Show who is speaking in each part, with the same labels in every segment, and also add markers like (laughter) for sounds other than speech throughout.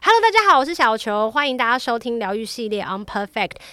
Speaker 1: Hello，大家好，我是小球，欢迎大家收听疗愈系列《On Perfect》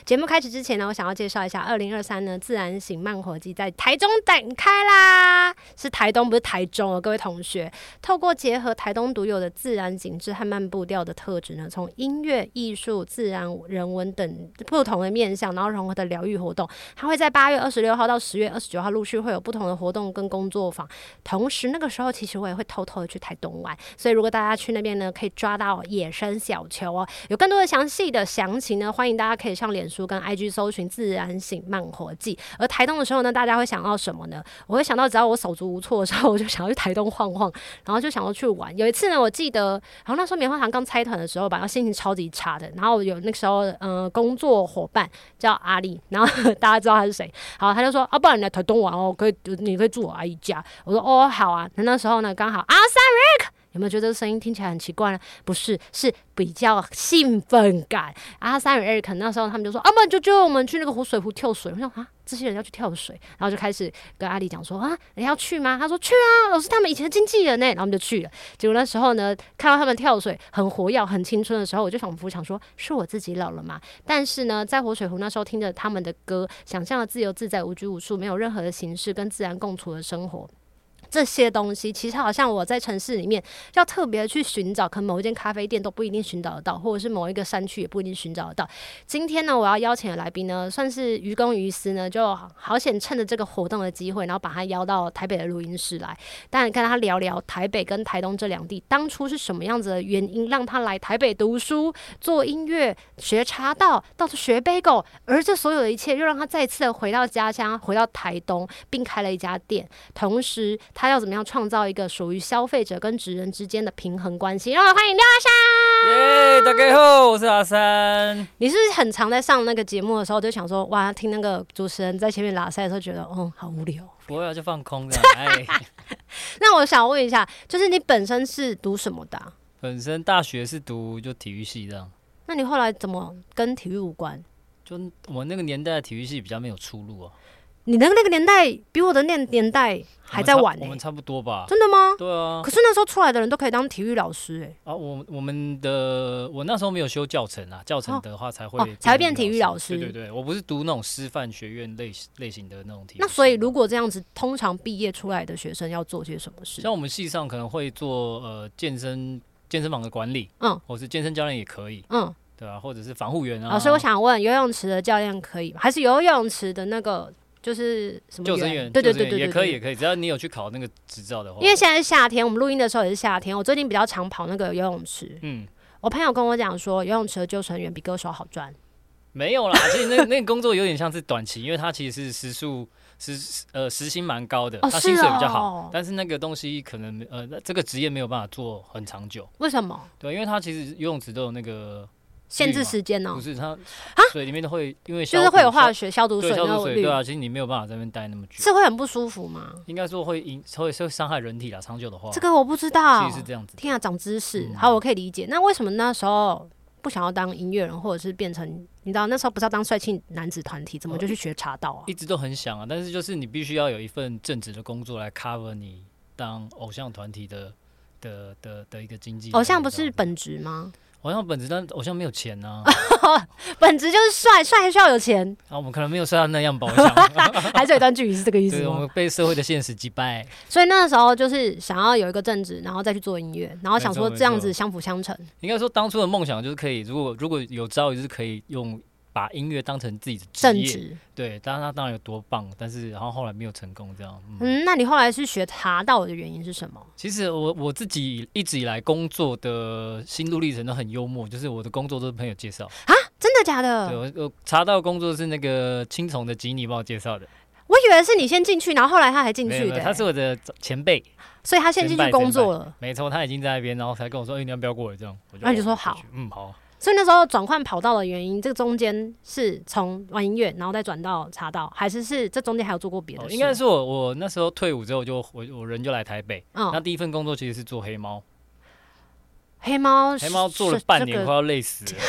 Speaker 1: 节目。开始之前呢，我想要介绍一下，二零二三呢自然醒慢活季在台中展开啦，是台东不是台中哦，各位同学。透过结合台东独有的自然景致和慢步调的特质呢，从音乐、艺术、自然、人文等不同的面向，然后融合的疗愈活动，它会在八月二十六号到十月二十九号陆续会有不同的活动跟工作坊。同时，那个时候其实我也会偷偷的去台东玩，所以如果大家去那边呢，可以抓到野生小球哦。有更多的详细的详情呢，欢迎大家可以上脸书跟 IG 搜寻“自然醒慢活记”。而台东的时候呢，大家会想到什么呢？我会想到，只要我手足无措的时候，我就想要去台东晃晃，然后就想要去玩。有一次呢，我记得，然后那时候棉花糖刚拆团的时候吧，然后心情超级差的。然后有那时候，嗯、工作伙伴叫阿丽，然后 (laughs) 大家知道他是谁，好，他就说，啊，不然你来台东玩哦，可以，你可以住我阿姨家。我说，哦，好啊。那那时候呢，刚好阿三 Rick。有没有觉得这声音听起来很奇怪呢？不是，是比较兴奋感。阿三与 Eric 那时候他们就说：“啊，不然就就我们去那个湖水湖跳水。”我想啊，这些人要去跳水，然后就开始跟阿丽讲说：“啊，你要去吗？”他说：“去啊，老师他们以前的经纪人呢。”然后我们就去了。结果那时候呢，看到他们跳水很活跃、很青春的时候，我就仿佛想说：“是我自己老了吗？”但是呢，在活水湖那时候听着他们的歌，想象了自由自在、无拘无束、没有任何的形式跟自然共处的生活。这些东西其实好像我在城市里面要特别去寻找，可能某一间咖啡店都不一定寻找得到，或者是某一个山区也不一定寻找得到。今天呢，我要邀请的来宾呢，算是于公于私呢，就好险趁着这个活动的机会，然后把他邀到台北的录音室来，但跟他聊聊台北跟台东这两地当初是什么样子的原因让他来台北读书、做音乐、学茶道，到处学 bagel，而这所有的一切又让他再一次的回到家乡，回到台东，并开了一家店。同时，他要怎么样创造一个属于消费者跟职人之间的平衡关系？让我们欢迎廖阿山。
Speaker 2: 耶大家好，我是阿三。
Speaker 1: 你是不是很常在上那个节目的时候就想说，哇，听那个主持人在前面拉塞的时候，觉得，嗯，好无聊。
Speaker 2: 不会啊，就放空的。哎，
Speaker 1: 那我想问一下，就是你本身是读什么的啊、
Speaker 2: 本身大学是读就体育系这样，
Speaker 1: 那你后来怎么跟体育无关？
Speaker 2: 就我那个年代的体育系比较没有出路啊。
Speaker 1: 你的那个年代比我的那年代还在晚
Speaker 2: 我们差
Speaker 1: 呢、
Speaker 2: 我们差不多吧？
Speaker 1: 真的吗？
Speaker 2: 对啊，
Speaker 1: 可是那时候出来的人都可以当体育老师、欸，
Speaker 2: 啊，我我们的我那时候没有修教程啊，教程的话才会、
Speaker 1: 哦才会变体育老师
Speaker 2: 对对对，我不是读那种师范学院类类型的那种体育系。
Speaker 1: 那所以如果这样子，通常毕业出来的学生要做些什么事？
Speaker 2: 像我们系上可能会做呃健身健身房的管理，
Speaker 1: 嗯，
Speaker 2: 或是健身教练也可以，
Speaker 1: 嗯，
Speaker 2: 对啊，或者是防护员啊。
Speaker 1: 老师，我想问，游泳池的教练可以吗？还是游泳池的那个就是什么
Speaker 2: 救生员，
Speaker 1: 对对
Speaker 2: 救生
Speaker 1: 对对，
Speaker 2: 员也
Speaker 1: 对
Speaker 2: 可以，也。可以，只要你有去考那个执照的话。
Speaker 1: 因为现在是夏天，我们录音的时候也是夏天。我最近比较常跑那个游泳池，
Speaker 2: 嗯，
Speaker 1: 我朋友跟我讲说，游泳池的救生员比歌手好赚。
Speaker 2: 没有啦，其实那 (laughs) 那个工作有点像是短期，因为它其实是时速时呃时薪蛮高的，
Speaker 1: 哦
Speaker 2: 它薪水比较
Speaker 1: 是
Speaker 2: 好，
Speaker 1: 哦
Speaker 2: 但是那个东西可能呃那这个职业没有办法做很长久，
Speaker 1: 为什么？
Speaker 2: 对，因为它其实游泳池都有那个
Speaker 1: 限
Speaker 2: 绿
Speaker 1: 制
Speaker 2: 嘛
Speaker 1: 时间呢
Speaker 2: 不、是它水里面都会因为
Speaker 1: 嗯啊就是
Speaker 2: 消
Speaker 1: 会有
Speaker 2: 毒
Speaker 1: 化
Speaker 2: 消
Speaker 1: 学消毒水
Speaker 2: 对消
Speaker 1: 那
Speaker 2: 毒
Speaker 1: 种
Speaker 2: 水对
Speaker 1: 氯，
Speaker 2: 啊，其实你没有办法在那边待那么久，
Speaker 1: 是会很不舒服吗？
Speaker 2: 应该说会影会会伤害人体啦，长久的话，
Speaker 1: 这个我不知道
Speaker 2: 其实。是这样子的。
Speaker 1: 天啊，长知识，
Speaker 2: 嗯
Speaker 1: 好，我可以理解。那为什么那时候不想要当音乐人，或者是变成你知道那时候不是要当帅气男子团体，怎么就去学茶道啊
Speaker 2: 哦一？直都很想啊，但是就是你必须要有一份正职的工作来 cover 你当偶像团体的的的的一个经济。
Speaker 1: 偶哦像不是本职吗？
Speaker 2: 偶像本职，但偶像没有钱
Speaker 1: (laughs)
Speaker 2: 呐、啊，
Speaker 1: 本职就是帅， (laughs) 帅还需要有钱，
Speaker 2: 我们可能没有像他那样吧，我想，
Speaker 1: 还是有一段距离是这 (laughs) 个意思
Speaker 2: 对，我
Speaker 1: 吗？
Speaker 2: 们被社会的现实击败。
Speaker 1: 所以那个时候就是想要有一个正职，然后再去做音乐，然后想说
Speaker 2: 没错
Speaker 1: 这样子相辅相成。
Speaker 2: 应该说当初的梦想就是可以，如果如果有朝一日可以用把音乐当成自己的职
Speaker 1: 正
Speaker 2: 业，
Speaker 1: 职，
Speaker 2: 对，当然他当然有多棒，但是然后后来没有成功这样。嗯
Speaker 1: 嗯，那你后来是学茶道的原因是什么？
Speaker 2: 其实我我自己一直以来工作的心路历程都很幽默，就是我的工作都是朋友介绍。
Speaker 1: 真的假的？
Speaker 2: 对，我我查到工作是那个青虫的吉尼帮我介绍的，
Speaker 1: 我以为是你先进去，然后后来他才进
Speaker 2: 没有
Speaker 1: 去
Speaker 2: 没
Speaker 1: 的、
Speaker 2: 有，他是我的前辈，
Speaker 1: 所以他先进去工作了。
Speaker 2: 没错，他已经在那边，然后才跟我说，哎、你要不要过来这样？我
Speaker 1: 那你就说
Speaker 2: 哦
Speaker 1: 好
Speaker 2: 过去嗯好，
Speaker 1: 所以那时候转换跑道的原因，这个中间是从玩音乐，然后再转到茶道，还是是这中间还有做过别的
Speaker 2: 哦
Speaker 1: 事？
Speaker 2: 应该是我我那时候退伍之后就我我人就来台北，那
Speaker 1: 嗯，
Speaker 2: 第一份工作其实是做黑猫，
Speaker 1: 黑猫
Speaker 2: 黑猫
Speaker 1: 是
Speaker 2: 做了
Speaker 1: 这
Speaker 2: 半年，
Speaker 1: 个
Speaker 2: 快要累死
Speaker 1: (laughs)
Speaker 2: 了。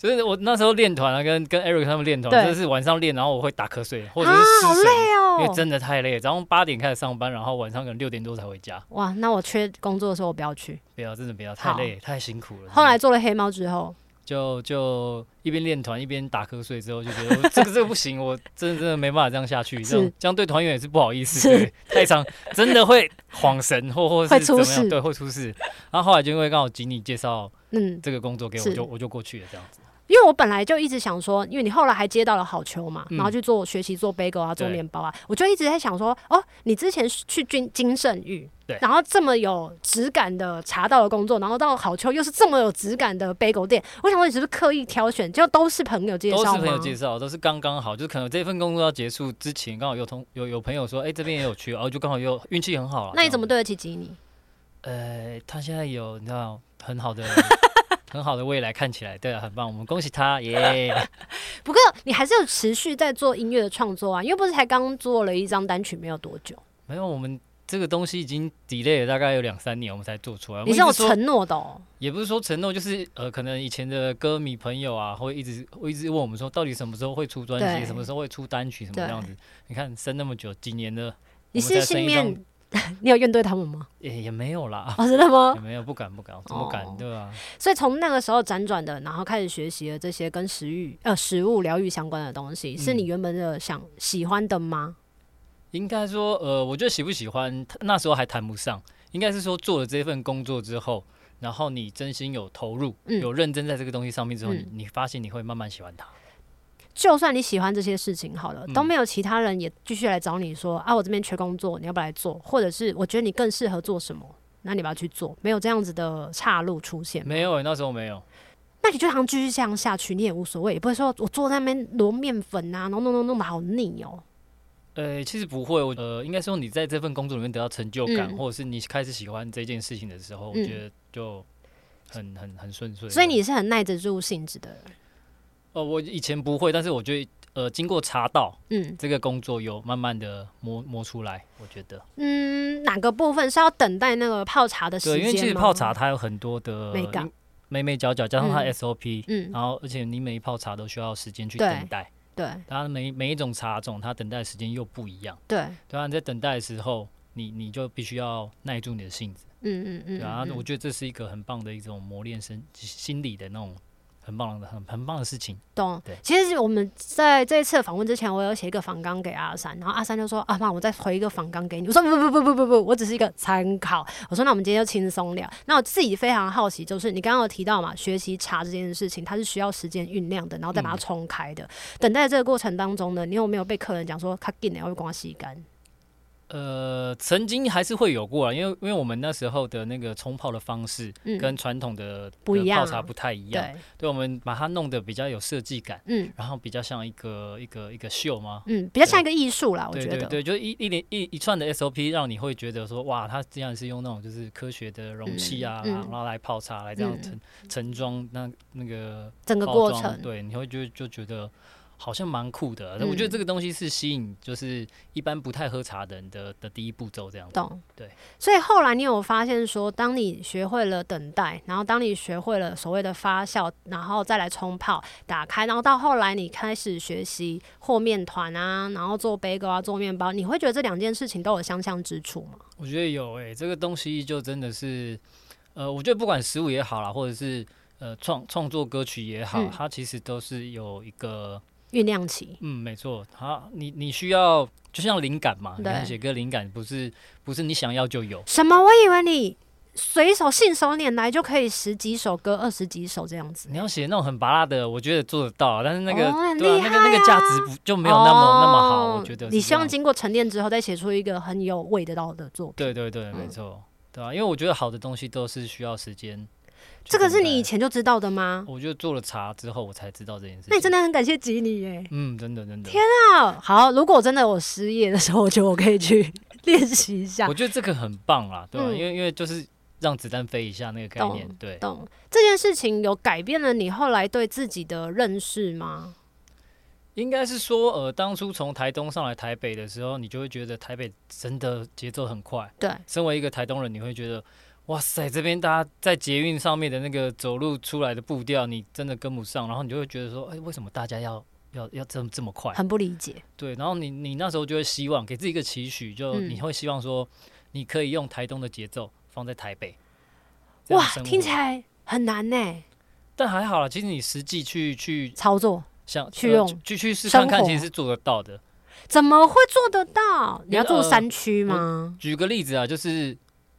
Speaker 2: 就是我那时候练团啊，跟跟 Eric 他们练团，
Speaker 1: 对
Speaker 2: 真的是晚上练，然后我会打瞌睡，或者
Speaker 1: 啊
Speaker 2: 是，
Speaker 1: 好
Speaker 2: 失神，
Speaker 1: 累
Speaker 2: 因为
Speaker 1: 哦。
Speaker 2: 真的太累了。早上八点开始上班，然后晚上可能六点多才回家。
Speaker 1: 哇，那我缺工作的时候我不要去。
Speaker 2: 不要，真的不要，太
Speaker 1: 好
Speaker 2: 累，太辛苦了。
Speaker 1: 后来做了黑猫之后，
Speaker 2: 就就一边练团一边打瞌睡，之后就觉得我这个这个不行，我真的真的没办法这样下去，这样
Speaker 1: 是
Speaker 2: 这样对团员也是不好意思，
Speaker 1: 是
Speaker 2: 对，太长真的会晃神或或
Speaker 1: 会
Speaker 2: 是怎
Speaker 1: 出
Speaker 2: 么样，
Speaker 1: 事
Speaker 2: 对，会出事。然后后来就因为刚好吉尼介绍
Speaker 1: 嗯，
Speaker 2: 这个工作给我，
Speaker 1: 是
Speaker 2: 我就我就过去了这样子。
Speaker 1: 因为我本来就一直想说，因为你后来还接到了好球嘛，
Speaker 2: 嗯
Speaker 1: 然后去做学习做 bagel 啊，
Speaker 2: 对
Speaker 1: 做面包啊，我就一直在想说，哦，你之前去金金圣玉
Speaker 2: 对，
Speaker 1: 然后这么有质感的茶道的工作，然后到好球又是这么有质感的 bagel 店，我想说你是不是刻意挑选，就都是朋友介
Speaker 2: 都是
Speaker 1: 绍
Speaker 2: 朋友
Speaker 1: 吗？
Speaker 2: 介绍，都是刚刚好，就可能这份工作要结束之前，刚好有同有有朋友说，哎、这边也有缺，然后就刚好又运气很好了。
Speaker 1: 那你怎么
Speaker 2: 这
Speaker 1: 对得
Speaker 2: 样
Speaker 1: 起吉尼？
Speaker 2: 子？呃，他现在有你知道很
Speaker 1: (laughs)
Speaker 2: 好的很好的未来，看起来对啊，很棒，我们恭喜他耶。
Speaker 1: 不过你还是有持续在做音乐的创作啊，因为不是才刚做了一张单曲没有多久，
Speaker 2: 没有，我们这个东西已经 delay 了大概有两三年，我们才做出来。呃我
Speaker 1: 你
Speaker 2: 们
Speaker 1: 是有
Speaker 2: 一直说，
Speaker 1: 承诺的哦。
Speaker 2: 也不是说承诺，就是呃，可能以前的歌迷朋友啊，会一直会一直问我们说，到底什么时候会出专
Speaker 1: 对
Speaker 2: 辑，什么时候会出单曲，什么
Speaker 1: 对
Speaker 2: 样子？你看生那么久，几年了，
Speaker 1: 你
Speaker 2: 我
Speaker 1: 是
Speaker 2: 们在
Speaker 1: 心
Speaker 2: 生
Speaker 1: 里
Speaker 2: 意上
Speaker 1: 面 (laughs) 你有怨对他们吗？
Speaker 2: 也也没有啦，
Speaker 1: 哦，真的吗
Speaker 2: 也？没有，不敢不敢，怎么
Speaker 1: 哦
Speaker 2: 敢对吧？
Speaker 1: 所以从那个时候辗转的，然后开始学习了这些跟食欲、呃食物疗愈相关的东
Speaker 2: 嗯
Speaker 1: 西，是你原本的想喜欢的吗？
Speaker 2: 应该说，呃，我觉得喜不喜欢，那时候还谈不上。应该是说做了这份工作之后，然后你真心有投入，
Speaker 1: 嗯
Speaker 2: 有认真在这个东西上面之后，
Speaker 1: 嗯
Speaker 2: 你你发现你会慢慢喜欢它。
Speaker 1: 就算你喜欢这些事情好了，
Speaker 2: 嗯
Speaker 1: 都没有其他人也继续来找你说啊，我这边缺工作，你要不要来做？或者是我觉得你更适合做什么，那你要不要去做？没有这样子的岔路出现吗，
Speaker 2: 没有、欸，那时候没有。
Speaker 1: 那你就好像继续这样下去，你也无所谓，也不会说我坐在那边揉面粉啊，然后弄弄弄的好腻哦、
Speaker 2: 呃，其实不会，我呃，应该说你在这份工作里面得到成就感，
Speaker 1: 嗯
Speaker 2: 或者是你开始喜欢这件事情的时候，我
Speaker 1: 嗯
Speaker 2: 觉得就很很很顺遂了。
Speaker 1: 所以你是很耐得住性子的人，
Speaker 2: 呃，我以前不会，但是我觉得呃，经过茶道
Speaker 1: 嗯
Speaker 2: 这个工作，有慢慢的磨磨出来，我觉得
Speaker 1: 嗯，哪个部分是要等待那个泡茶的时
Speaker 2: 对，
Speaker 1: 间
Speaker 2: 因为其实
Speaker 1: 吗
Speaker 2: 泡茶它有很多的
Speaker 1: 美感
Speaker 2: 眉眉角角，加上它
Speaker 1: 嗯
Speaker 2: SOP，、
Speaker 1: 嗯，
Speaker 2: 然后而且你每一泡茶都需要时间去
Speaker 1: 对
Speaker 2: 等待，
Speaker 1: 对
Speaker 2: 它每每一种茶种它等待的时间又不一样，
Speaker 1: 对，
Speaker 2: 对啊，你在等待的时候，你你就必须要耐住你的性子。
Speaker 1: 嗯嗯嗯，
Speaker 2: 对啊，
Speaker 1: 嗯
Speaker 2: 我觉得这是一个很棒的一种磨练身心理的那种很棒的很很棒的事情。
Speaker 1: 懂
Speaker 2: 对。
Speaker 1: 其实我们在这一次的访问之前，我有写一个访纲给阿三，然后阿三就说：“啊妈，我再回一个访纲给你。”我说：“不不不不不不，我只是一个参考。”我说：“那我们今天就轻松聊。”那我自己非常好奇，就是你刚刚有提到嘛，学习茶这件事情，它是需要时间酝酿的，然后再把
Speaker 2: 嗯
Speaker 1: 它冲开的。等待这个过程当中呢，你有没有被客人讲说“卡进来会光吸干
Speaker 2: 呃，曾经还是会有过啊，因为因为我们那时候的那个冲泡的方式”？
Speaker 1: 嗯，
Speaker 2: 跟传统的
Speaker 1: 不
Speaker 2: 的
Speaker 1: 一样啊
Speaker 2: 泡茶不太一样，
Speaker 1: 对，
Speaker 2: 对，我们把它弄得比较有设计感，
Speaker 1: 嗯
Speaker 2: 然后比较像一个一个一个秀吗？
Speaker 1: 嗯，比较像一个艺术啦，我
Speaker 2: 对
Speaker 1: 觉
Speaker 2: 对
Speaker 1: 得。
Speaker 2: 对，就一一连一一串的 SOP，让你会觉得说，哇，它竟然是用那种就是科学的容器啊，
Speaker 1: 嗯嗯
Speaker 2: 然后来泡茶，来这样
Speaker 1: 嗯
Speaker 2: 盛盛装那那个
Speaker 1: 整个
Speaker 2: 包
Speaker 1: 过
Speaker 2: 装
Speaker 1: 程，
Speaker 2: 对，你会就就觉得好像蛮酷的。啊
Speaker 1: 嗯
Speaker 2: 我觉得这个东西是吸引，就是一般不太喝茶的人的的第一步骤这样子。
Speaker 1: 懂。
Speaker 2: 对，
Speaker 1: 所以后来你有发现说，当你学会了等待，然后当你学会了所谓的发酵，然后再来冲泡、打开，然后到后来你开始学习和面团啊，然后做 bagel 啊，做面包，你会觉得这两件事情都有相像之处吗？
Speaker 2: 我觉得有诶、这个东西就真的是，呃，我觉得不管食物也好啦，或者是呃创创作歌曲也好，
Speaker 1: 嗯
Speaker 2: 它其实都是有一个，
Speaker 1: 酝酿期，
Speaker 2: 嗯，没错，它你你需要就像灵感嘛，你
Speaker 1: 对
Speaker 2: 看写歌灵感不是不是你想要就有。
Speaker 1: 什么？我以为你随手信手拈来就可以十几首歌、二十几首这样子。
Speaker 2: 你要写那种很拔拉的，我觉得做得到啊，但是那个、
Speaker 1: 哦很
Speaker 2: 对、
Speaker 1: 厉
Speaker 2: 啊、那个那
Speaker 1: 害
Speaker 2: 个价值不就没有那么、那么好，
Speaker 1: 哦
Speaker 2: 我觉得是
Speaker 1: 你
Speaker 2: 这
Speaker 1: 希望
Speaker 2: 样
Speaker 1: 经过沉淀之后，再写出一个很有味道的作品。
Speaker 2: 对对对，没
Speaker 1: 嗯
Speaker 2: 错，对啊，因为我觉得好的东西都是需要时间去
Speaker 1: 这个是
Speaker 2: 等
Speaker 1: 你以
Speaker 2: 待
Speaker 1: 前就知道的吗
Speaker 2: 的，？我觉得做了茶之后，我才知道这件事情。
Speaker 1: 那你真
Speaker 2: 的，
Speaker 1: 的很感谢吉尼耶。
Speaker 2: 嗯，真的真的，
Speaker 1: 那好，如果真的我失业的时候，我觉得我可以去 (laughs) 练习一下
Speaker 2: 我。觉得这个很棒啦，对吧、
Speaker 1: 啊
Speaker 2: 啊
Speaker 1: 嗯
Speaker 2: 因为因为就是让子弹飞一下那个概念，对，
Speaker 1: 懂这件事情有改变了你后来对自己的认识吗？
Speaker 2: 应该是说，呃，当初从台东上来台北的时候，你就会觉得台北真的节奏很快。
Speaker 1: 对，
Speaker 2: 身为一个台东人，你会觉得哇塞，这边大家在捷运上面的那个走路出来的步调，你真的跟不上，然后你就会觉得说，哎、为什么大家要要要这么这么快？
Speaker 1: 很不理解。
Speaker 2: 对，然后你你那时候就会希望给自己一个期许，就
Speaker 1: 嗯
Speaker 2: 你会希望说，你可以用台东的节奏放在台北。这样
Speaker 1: 哇，
Speaker 2: 生
Speaker 1: 听起
Speaker 2: 活，
Speaker 1: 来很难呢，
Speaker 2: 但还好啦。其实你实际去去
Speaker 1: 操作
Speaker 2: 想
Speaker 1: 去
Speaker 2: 呃
Speaker 1: 用
Speaker 2: 去去试
Speaker 1: 生
Speaker 2: 看看，
Speaker 1: 活
Speaker 2: 其实是做得到的。
Speaker 1: 怎么会做得到？你要做
Speaker 2: 呃
Speaker 1: 山区吗？
Speaker 2: 举个例子啊，就是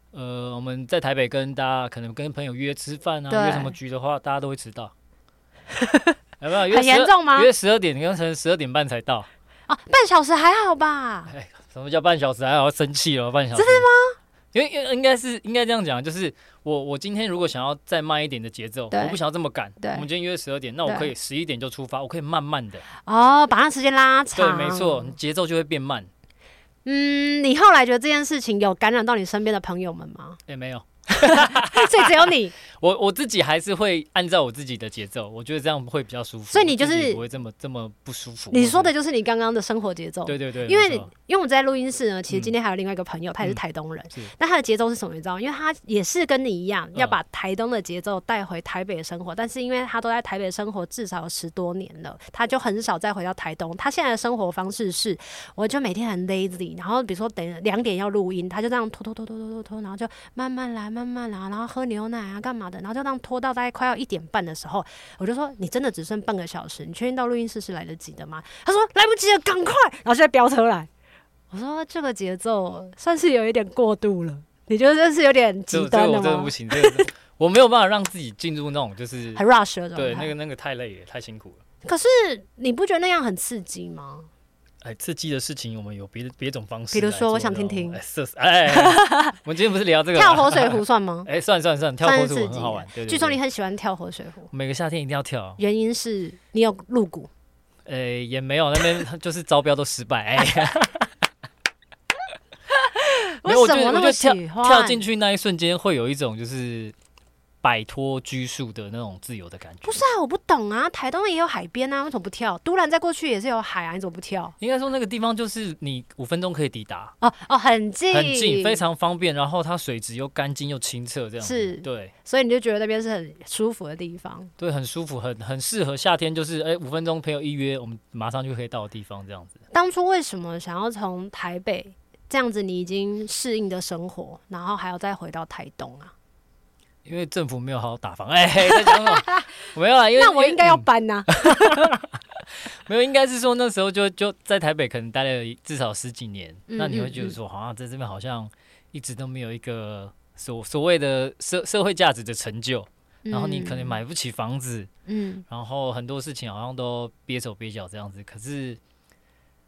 Speaker 2: 呃，我们在台北跟大家可能跟朋友约吃饭啊，
Speaker 1: 对
Speaker 2: 约什么局的话，大家都会迟
Speaker 1: (laughs)
Speaker 2: 到。有没有约
Speaker 1: 很严
Speaker 2: 12
Speaker 1: 重啊吗？
Speaker 2: 约十二点，跟成十二点半才到。
Speaker 1: 哦，半小时还好吧？
Speaker 2: 哎，什么叫半小时？还好生气了，半小时。真的吗？因为因为应该是应该这样讲，啊就是我我今天如果想要再慢一点的节奏，
Speaker 1: 对
Speaker 2: 我不想要这么赶。
Speaker 1: 对
Speaker 2: 我们今天约十二点，那我
Speaker 1: 对
Speaker 2: 可以十一点就出发，我可以慢慢的。
Speaker 1: 哦，把那时间拉
Speaker 2: 对，
Speaker 1: 长。
Speaker 2: 没错，你。节奏就会变慢。
Speaker 1: 嗯，你后来觉得这件事情有感染到你身边的朋友们吗？ (laughs)
Speaker 2: 也没有，
Speaker 1: 所以只有
Speaker 2: (laughs)
Speaker 1: 你，
Speaker 2: 我我自己还是会按照我自己的节奏，我觉得这样会比较舒服。
Speaker 1: 所以你就是
Speaker 2: 我自己不会这么这么不舒服。
Speaker 1: 你说的就是你刚刚的生活节奏。
Speaker 2: 对对对，
Speaker 1: 因为
Speaker 2: 没
Speaker 1: 你
Speaker 2: 错
Speaker 1: 因为我们在录音室呢，其实
Speaker 2: 嗯
Speaker 1: 今天还有另外一个朋友，他也是台东人
Speaker 2: 是。
Speaker 1: 那他的节奏是什么？你知道吗？因为他也是跟你一样，
Speaker 2: 嗯
Speaker 1: 要把台东的节奏带回台北生活，但是因为他都在台北生活至少有十多年了，他就很少再回到台东。他现在的生活方式是，我就每天很 lazy，然后比如说等两点要录音，他就这样拖拖拖拖拖拖拖，然后就慢慢来，慢慢来，然后喝牛奶啊，干嘛的，然后就这样拖到大概快要一点半的时候，我就说你真的只剩半个小时，你确定到录音室是来得及的吗？他说来不及了，赶快，然后就在飙车来。我说这个节奏算是有一点过度了，你觉得这是有点
Speaker 2: 这
Speaker 1: 极
Speaker 2: 这
Speaker 1: 端
Speaker 2: 个我
Speaker 1: 了
Speaker 2: 真的不
Speaker 1: 吗？
Speaker 2: 行，这个 (laughs) 真的我没有办法让自己进入那种就是
Speaker 1: 很 rush 的状态。
Speaker 2: 对那个那个太累了，太辛苦了。
Speaker 1: 可是你不觉得那样很刺激吗？
Speaker 2: 哎，刺激的事情我们有别的别种方式
Speaker 1: 比
Speaker 2: 来
Speaker 1: 如
Speaker 2: 做
Speaker 1: 说
Speaker 2: 的哦。
Speaker 1: 我想听听
Speaker 2: 哎，射死哎，哎我们今天不是聊这个吗
Speaker 1: 跳？活水湖算吗？
Speaker 2: 哎，算算 (laughs) 算，跳
Speaker 1: 算
Speaker 2: 火
Speaker 1: 是
Speaker 2: 水
Speaker 1: 刺
Speaker 2: 舞
Speaker 1: 激
Speaker 2: 很好玩
Speaker 1: 的。
Speaker 2: 对对
Speaker 1: 据说你
Speaker 2: 对
Speaker 1: 很喜欢跳活水湖，
Speaker 2: 每个夏天一定要跳。
Speaker 1: 原因是你有露骨。
Speaker 2: 哎，也没有那边 (laughs) 就是招标都失败。 (laughs) 哎，没
Speaker 1: 为
Speaker 2: 有我
Speaker 1: 什
Speaker 2: 就
Speaker 1: 么那么
Speaker 2: 我就
Speaker 1: 喜欢？
Speaker 2: 跳进去那一瞬间会有一种就是摆脱拘束的那种自由的感觉。
Speaker 1: 不是啊，我不懂啊，台东也有海边啊，为什么不跳？都兰再过去也是有海啊，你怎么不跳？
Speaker 2: 应该说那个地方就是你五分钟可以抵达。
Speaker 1: 哦哦，很近，
Speaker 2: 很近，非。常方便，然后它水质又干净又清澈，这样子
Speaker 1: 是
Speaker 2: 对
Speaker 1: 所以你就觉得那边是很舒服的地方。
Speaker 2: 对，很舒服，很很适合夏天，就是哎五分钟朋友一约，我们马上就可以到的地方，这样子。
Speaker 1: 当初为什么想要从台北这样子你已经适应的生活，然后还要再回到台东啊？
Speaker 2: 因为政府没有好好打房， (laughs) 哎，在讲什
Speaker 1: (laughs)
Speaker 2: 么？没有啦，因为
Speaker 1: 那我应该要
Speaker 2: 嗯
Speaker 1: 搬啊呐、
Speaker 2: 没有，应该是说那时候就就在台北可能待了至少十几年，
Speaker 1: 嗯
Speaker 2: 那你会觉得说，好像在这边好像一直都没有一个所所谓的社社会价值的成就， (laughs) 然后你可能买不起房子，
Speaker 1: 嗯，
Speaker 2: 然后很多事情好像都憋手憋脚这样子。可是，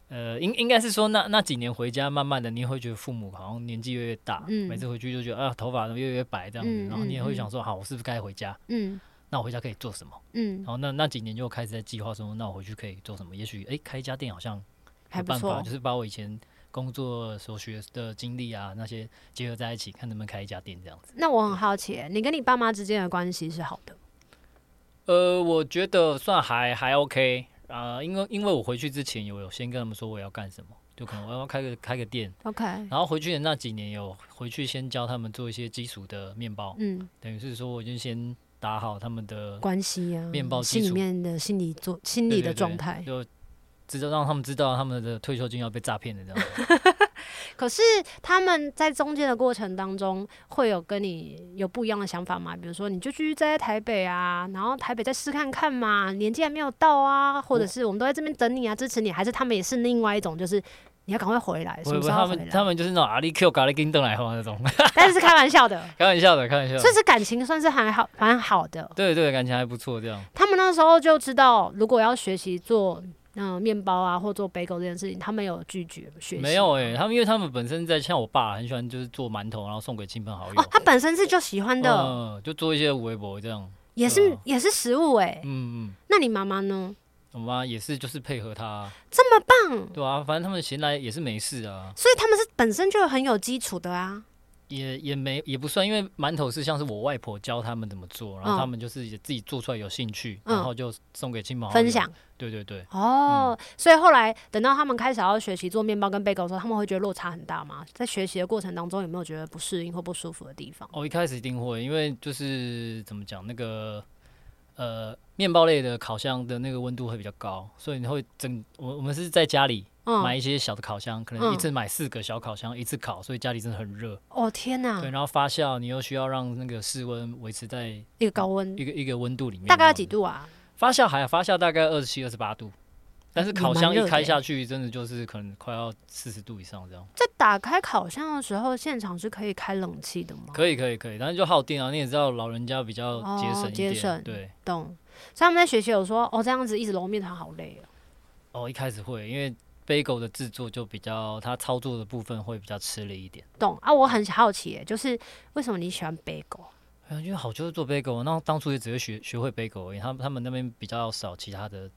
Speaker 2: 呃，应应该是说那那几年回家，慢慢的你也会觉得父母好像年纪越来越大，
Speaker 1: 嗯
Speaker 2: 每次回去就觉得啊头发怎么越来越白这样子，
Speaker 1: 嗯
Speaker 2: 然后你也
Speaker 1: 嗯
Speaker 2: 会想说，好，我是不是该回家？
Speaker 1: 嗯
Speaker 2: 那我回家可以做什么？
Speaker 1: 嗯嗯，
Speaker 2: 然后那那几年就开始在计划说，那我回去可以做什么？也许哎开一家店好像
Speaker 1: 还
Speaker 2: 有
Speaker 1: 不
Speaker 2: 办法，
Speaker 1: 错哦
Speaker 2: 就。是把我以前工作所学的经历啊那些结合在一起，看能不能开一家店这样子。
Speaker 1: 那我很好奇，你跟你爸妈之间的关系是好的？
Speaker 2: 呃，我觉得算还还 OK 啊、因为因为我回去之前有有先跟他们说我要干什么，就可能我要开个开个店，
Speaker 1: OK，
Speaker 2: 然后回去的那几年有回去先教他们做一些基础的面包，
Speaker 1: 嗯，
Speaker 2: 等于是说我就先打好他们的，
Speaker 1: 关系啊，
Speaker 2: 面包基
Speaker 1: 心里
Speaker 2: 础
Speaker 1: 面的心理做心理
Speaker 2: 对
Speaker 1: 的
Speaker 2: 对对
Speaker 1: 状态。
Speaker 2: 就知道让他们知道他们的退休金要被诈骗的这样子。
Speaker 1: 可是他们在中间的过程当中，会有跟你有不一样的想法吗？比如说，你就继续待在台北啊，然后台北再试看看嘛，年纪还没有到啊，或者是我们都在这边等你啊，支持你，还是他们也是另外一种，就是你要赶快回
Speaker 2: (laughs)
Speaker 1: 来，什
Speaker 2: 不会
Speaker 1: 么
Speaker 2: 不
Speaker 1: 时
Speaker 2: 会，
Speaker 1: 候要
Speaker 2: 他
Speaker 1: 回
Speaker 2: 们他
Speaker 1: 来？
Speaker 2: 们就是那种阿里 Q 咖喱跟邓来花那种， (laughs)
Speaker 1: 但是是开玩笑的，
Speaker 2: 开玩笑的，开玩笑的
Speaker 1: 所以。是感情算是还好，蛮好的。
Speaker 2: 对对，感情还不错，这样
Speaker 1: 他们那时候就知道，如果要学习做嗯、呃面包啊或做 bagel 这件事情，他们有拒绝学习
Speaker 2: 没有
Speaker 1: 吗
Speaker 2: 哎、他们因为他们本身在像我爸很喜欢就是做馒头，然后送给亲朋好友
Speaker 1: 哦，，他本身是就喜欢的，哦
Speaker 2: 嗯，就做一些微博这样，
Speaker 1: 也是、
Speaker 2: 对啊
Speaker 1: 也是食物哎、
Speaker 2: 嗯嗯。
Speaker 1: 那你妈妈呢？
Speaker 2: 我妈也是，就是配合他，
Speaker 1: 这么棒，
Speaker 2: 对啊，反正他们闲来也是没事啊。
Speaker 1: 所以他们是本身就很有基础的啊。
Speaker 2: 也也没也不算，因为馒头是像是我外婆教他们怎么做，然
Speaker 1: 嗯
Speaker 2: 后他们就是也自己做出来有兴趣，
Speaker 1: 嗯
Speaker 2: 然后就送给亲朋好友
Speaker 1: 分享。
Speaker 2: 对对对，
Speaker 1: 哦，
Speaker 2: 嗯
Speaker 1: 所以后来等到他们开始要学习做面包跟贝狗的时候，他们会觉得落差很大吗？在学习的过程当中，有没有觉得不适应或不舒服的地方？
Speaker 2: 哦，一开始一定会，因为就是怎么讲那个。呃，面包类的烤箱的那个温度会比较高，所以你会整我我们是在家里买
Speaker 1: 嗯，
Speaker 2: 一些小的烤箱，可能
Speaker 1: 嗯
Speaker 2: 一次买四个小烤箱，一次烤，所以家里真的很热。
Speaker 1: 哦天哪
Speaker 2: 对，，然后发酵，你又需要让那个室温维持在
Speaker 1: 一个高温
Speaker 2: 一个一个温度里面。
Speaker 1: 大概要
Speaker 2: 这
Speaker 1: 几
Speaker 2: 样子？
Speaker 1: 度啊？
Speaker 2: 发酵还发酵大概二十七、二十八度，但是
Speaker 1: 嗯
Speaker 2: 烤
Speaker 1: 蛮
Speaker 2: 箱
Speaker 1: 热
Speaker 2: 一
Speaker 1: 的
Speaker 2: 开
Speaker 1: 欸
Speaker 2: 下去，真的就是可能快要四十度以上这样。
Speaker 1: 在打开烤箱的时候，现场是可以开冷气的吗？
Speaker 2: 可以，可以，可以，但是就耗电啊。你也知道，老人家比较节
Speaker 1: 哦
Speaker 2: 省一
Speaker 1: 节
Speaker 2: 点，
Speaker 1: 省
Speaker 2: 对。
Speaker 1: 懂。所以他们在学习有说，哦，这样子一直揉面团好累哦。
Speaker 2: 哦，一开始会，因为 bagel 的制作就比较，它操作的部分会比较吃力一点。
Speaker 1: 懂啊，我很好奇耶，就是为什么你喜欢贝狗？
Speaker 2: 哎呀因为好就是做 bagel，那当初也只会学学会 bagel 而已。他们他们那边比较少其他的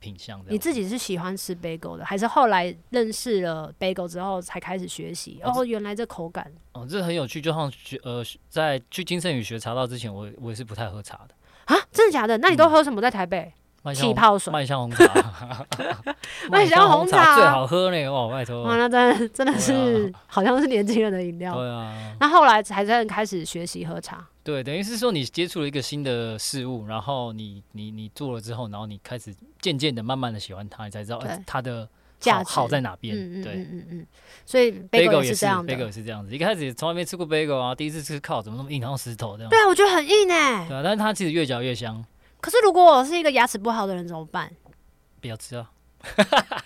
Speaker 2: 品相这样子。
Speaker 1: 你自己是喜欢吃贝狗的，还是后来认识了贝狗之后才开始学习？
Speaker 2: 我
Speaker 1: 哦，原来这口感
Speaker 2: 哦，这很有趣，就像学呃，学在去金圣宇学茶道之前，我我也是不太喝茶的，
Speaker 1: 啊，真的假的？那你都喝什么？在台北
Speaker 2: 嗯麦香
Speaker 1: 气
Speaker 2: 红
Speaker 1: 泡水？，
Speaker 2: 麦香红茶
Speaker 1: 麦香红茶
Speaker 2: 最好喝呢，哇，拜托
Speaker 1: 哇，，那真的真的
Speaker 2: 对啊
Speaker 1: 是好像是年轻人的饮料。
Speaker 2: 对啊，
Speaker 1: 哦那后来才真的开始学习喝茶。
Speaker 2: 对，等于是说你接触了一个新的事物，然后你你你做了之后，然后你开始渐渐的、慢慢的喜欢它，你才知道哎
Speaker 1: 对
Speaker 2: 它的
Speaker 1: 价
Speaker 2: 好
Speaker 1: 值
Speaker 2: 好在哪边，
Speaker 1: 嗯嗯
Speaker 2: 对。
Speaker 1: 嗯嗯嗯，所以贝狗
Speaker 2: bagel
Speaker 1: 也
Speaker 2: 也
Speaker 1: 是这样的。
Speaker 2: ，bagel 也是这样子。一开始也从来没吃过 bagel 啊，第一次吃靠怎么那么硬，然后石头这样。
Speaker 1: 对啊，我觉得很硬哎、
Speaker 2: 对啊，但是它其实越嚼越香，
Speaker 1: 可是如果我是一个牙齿不好的人怎么办？
Speaker 2: 不要吃啊。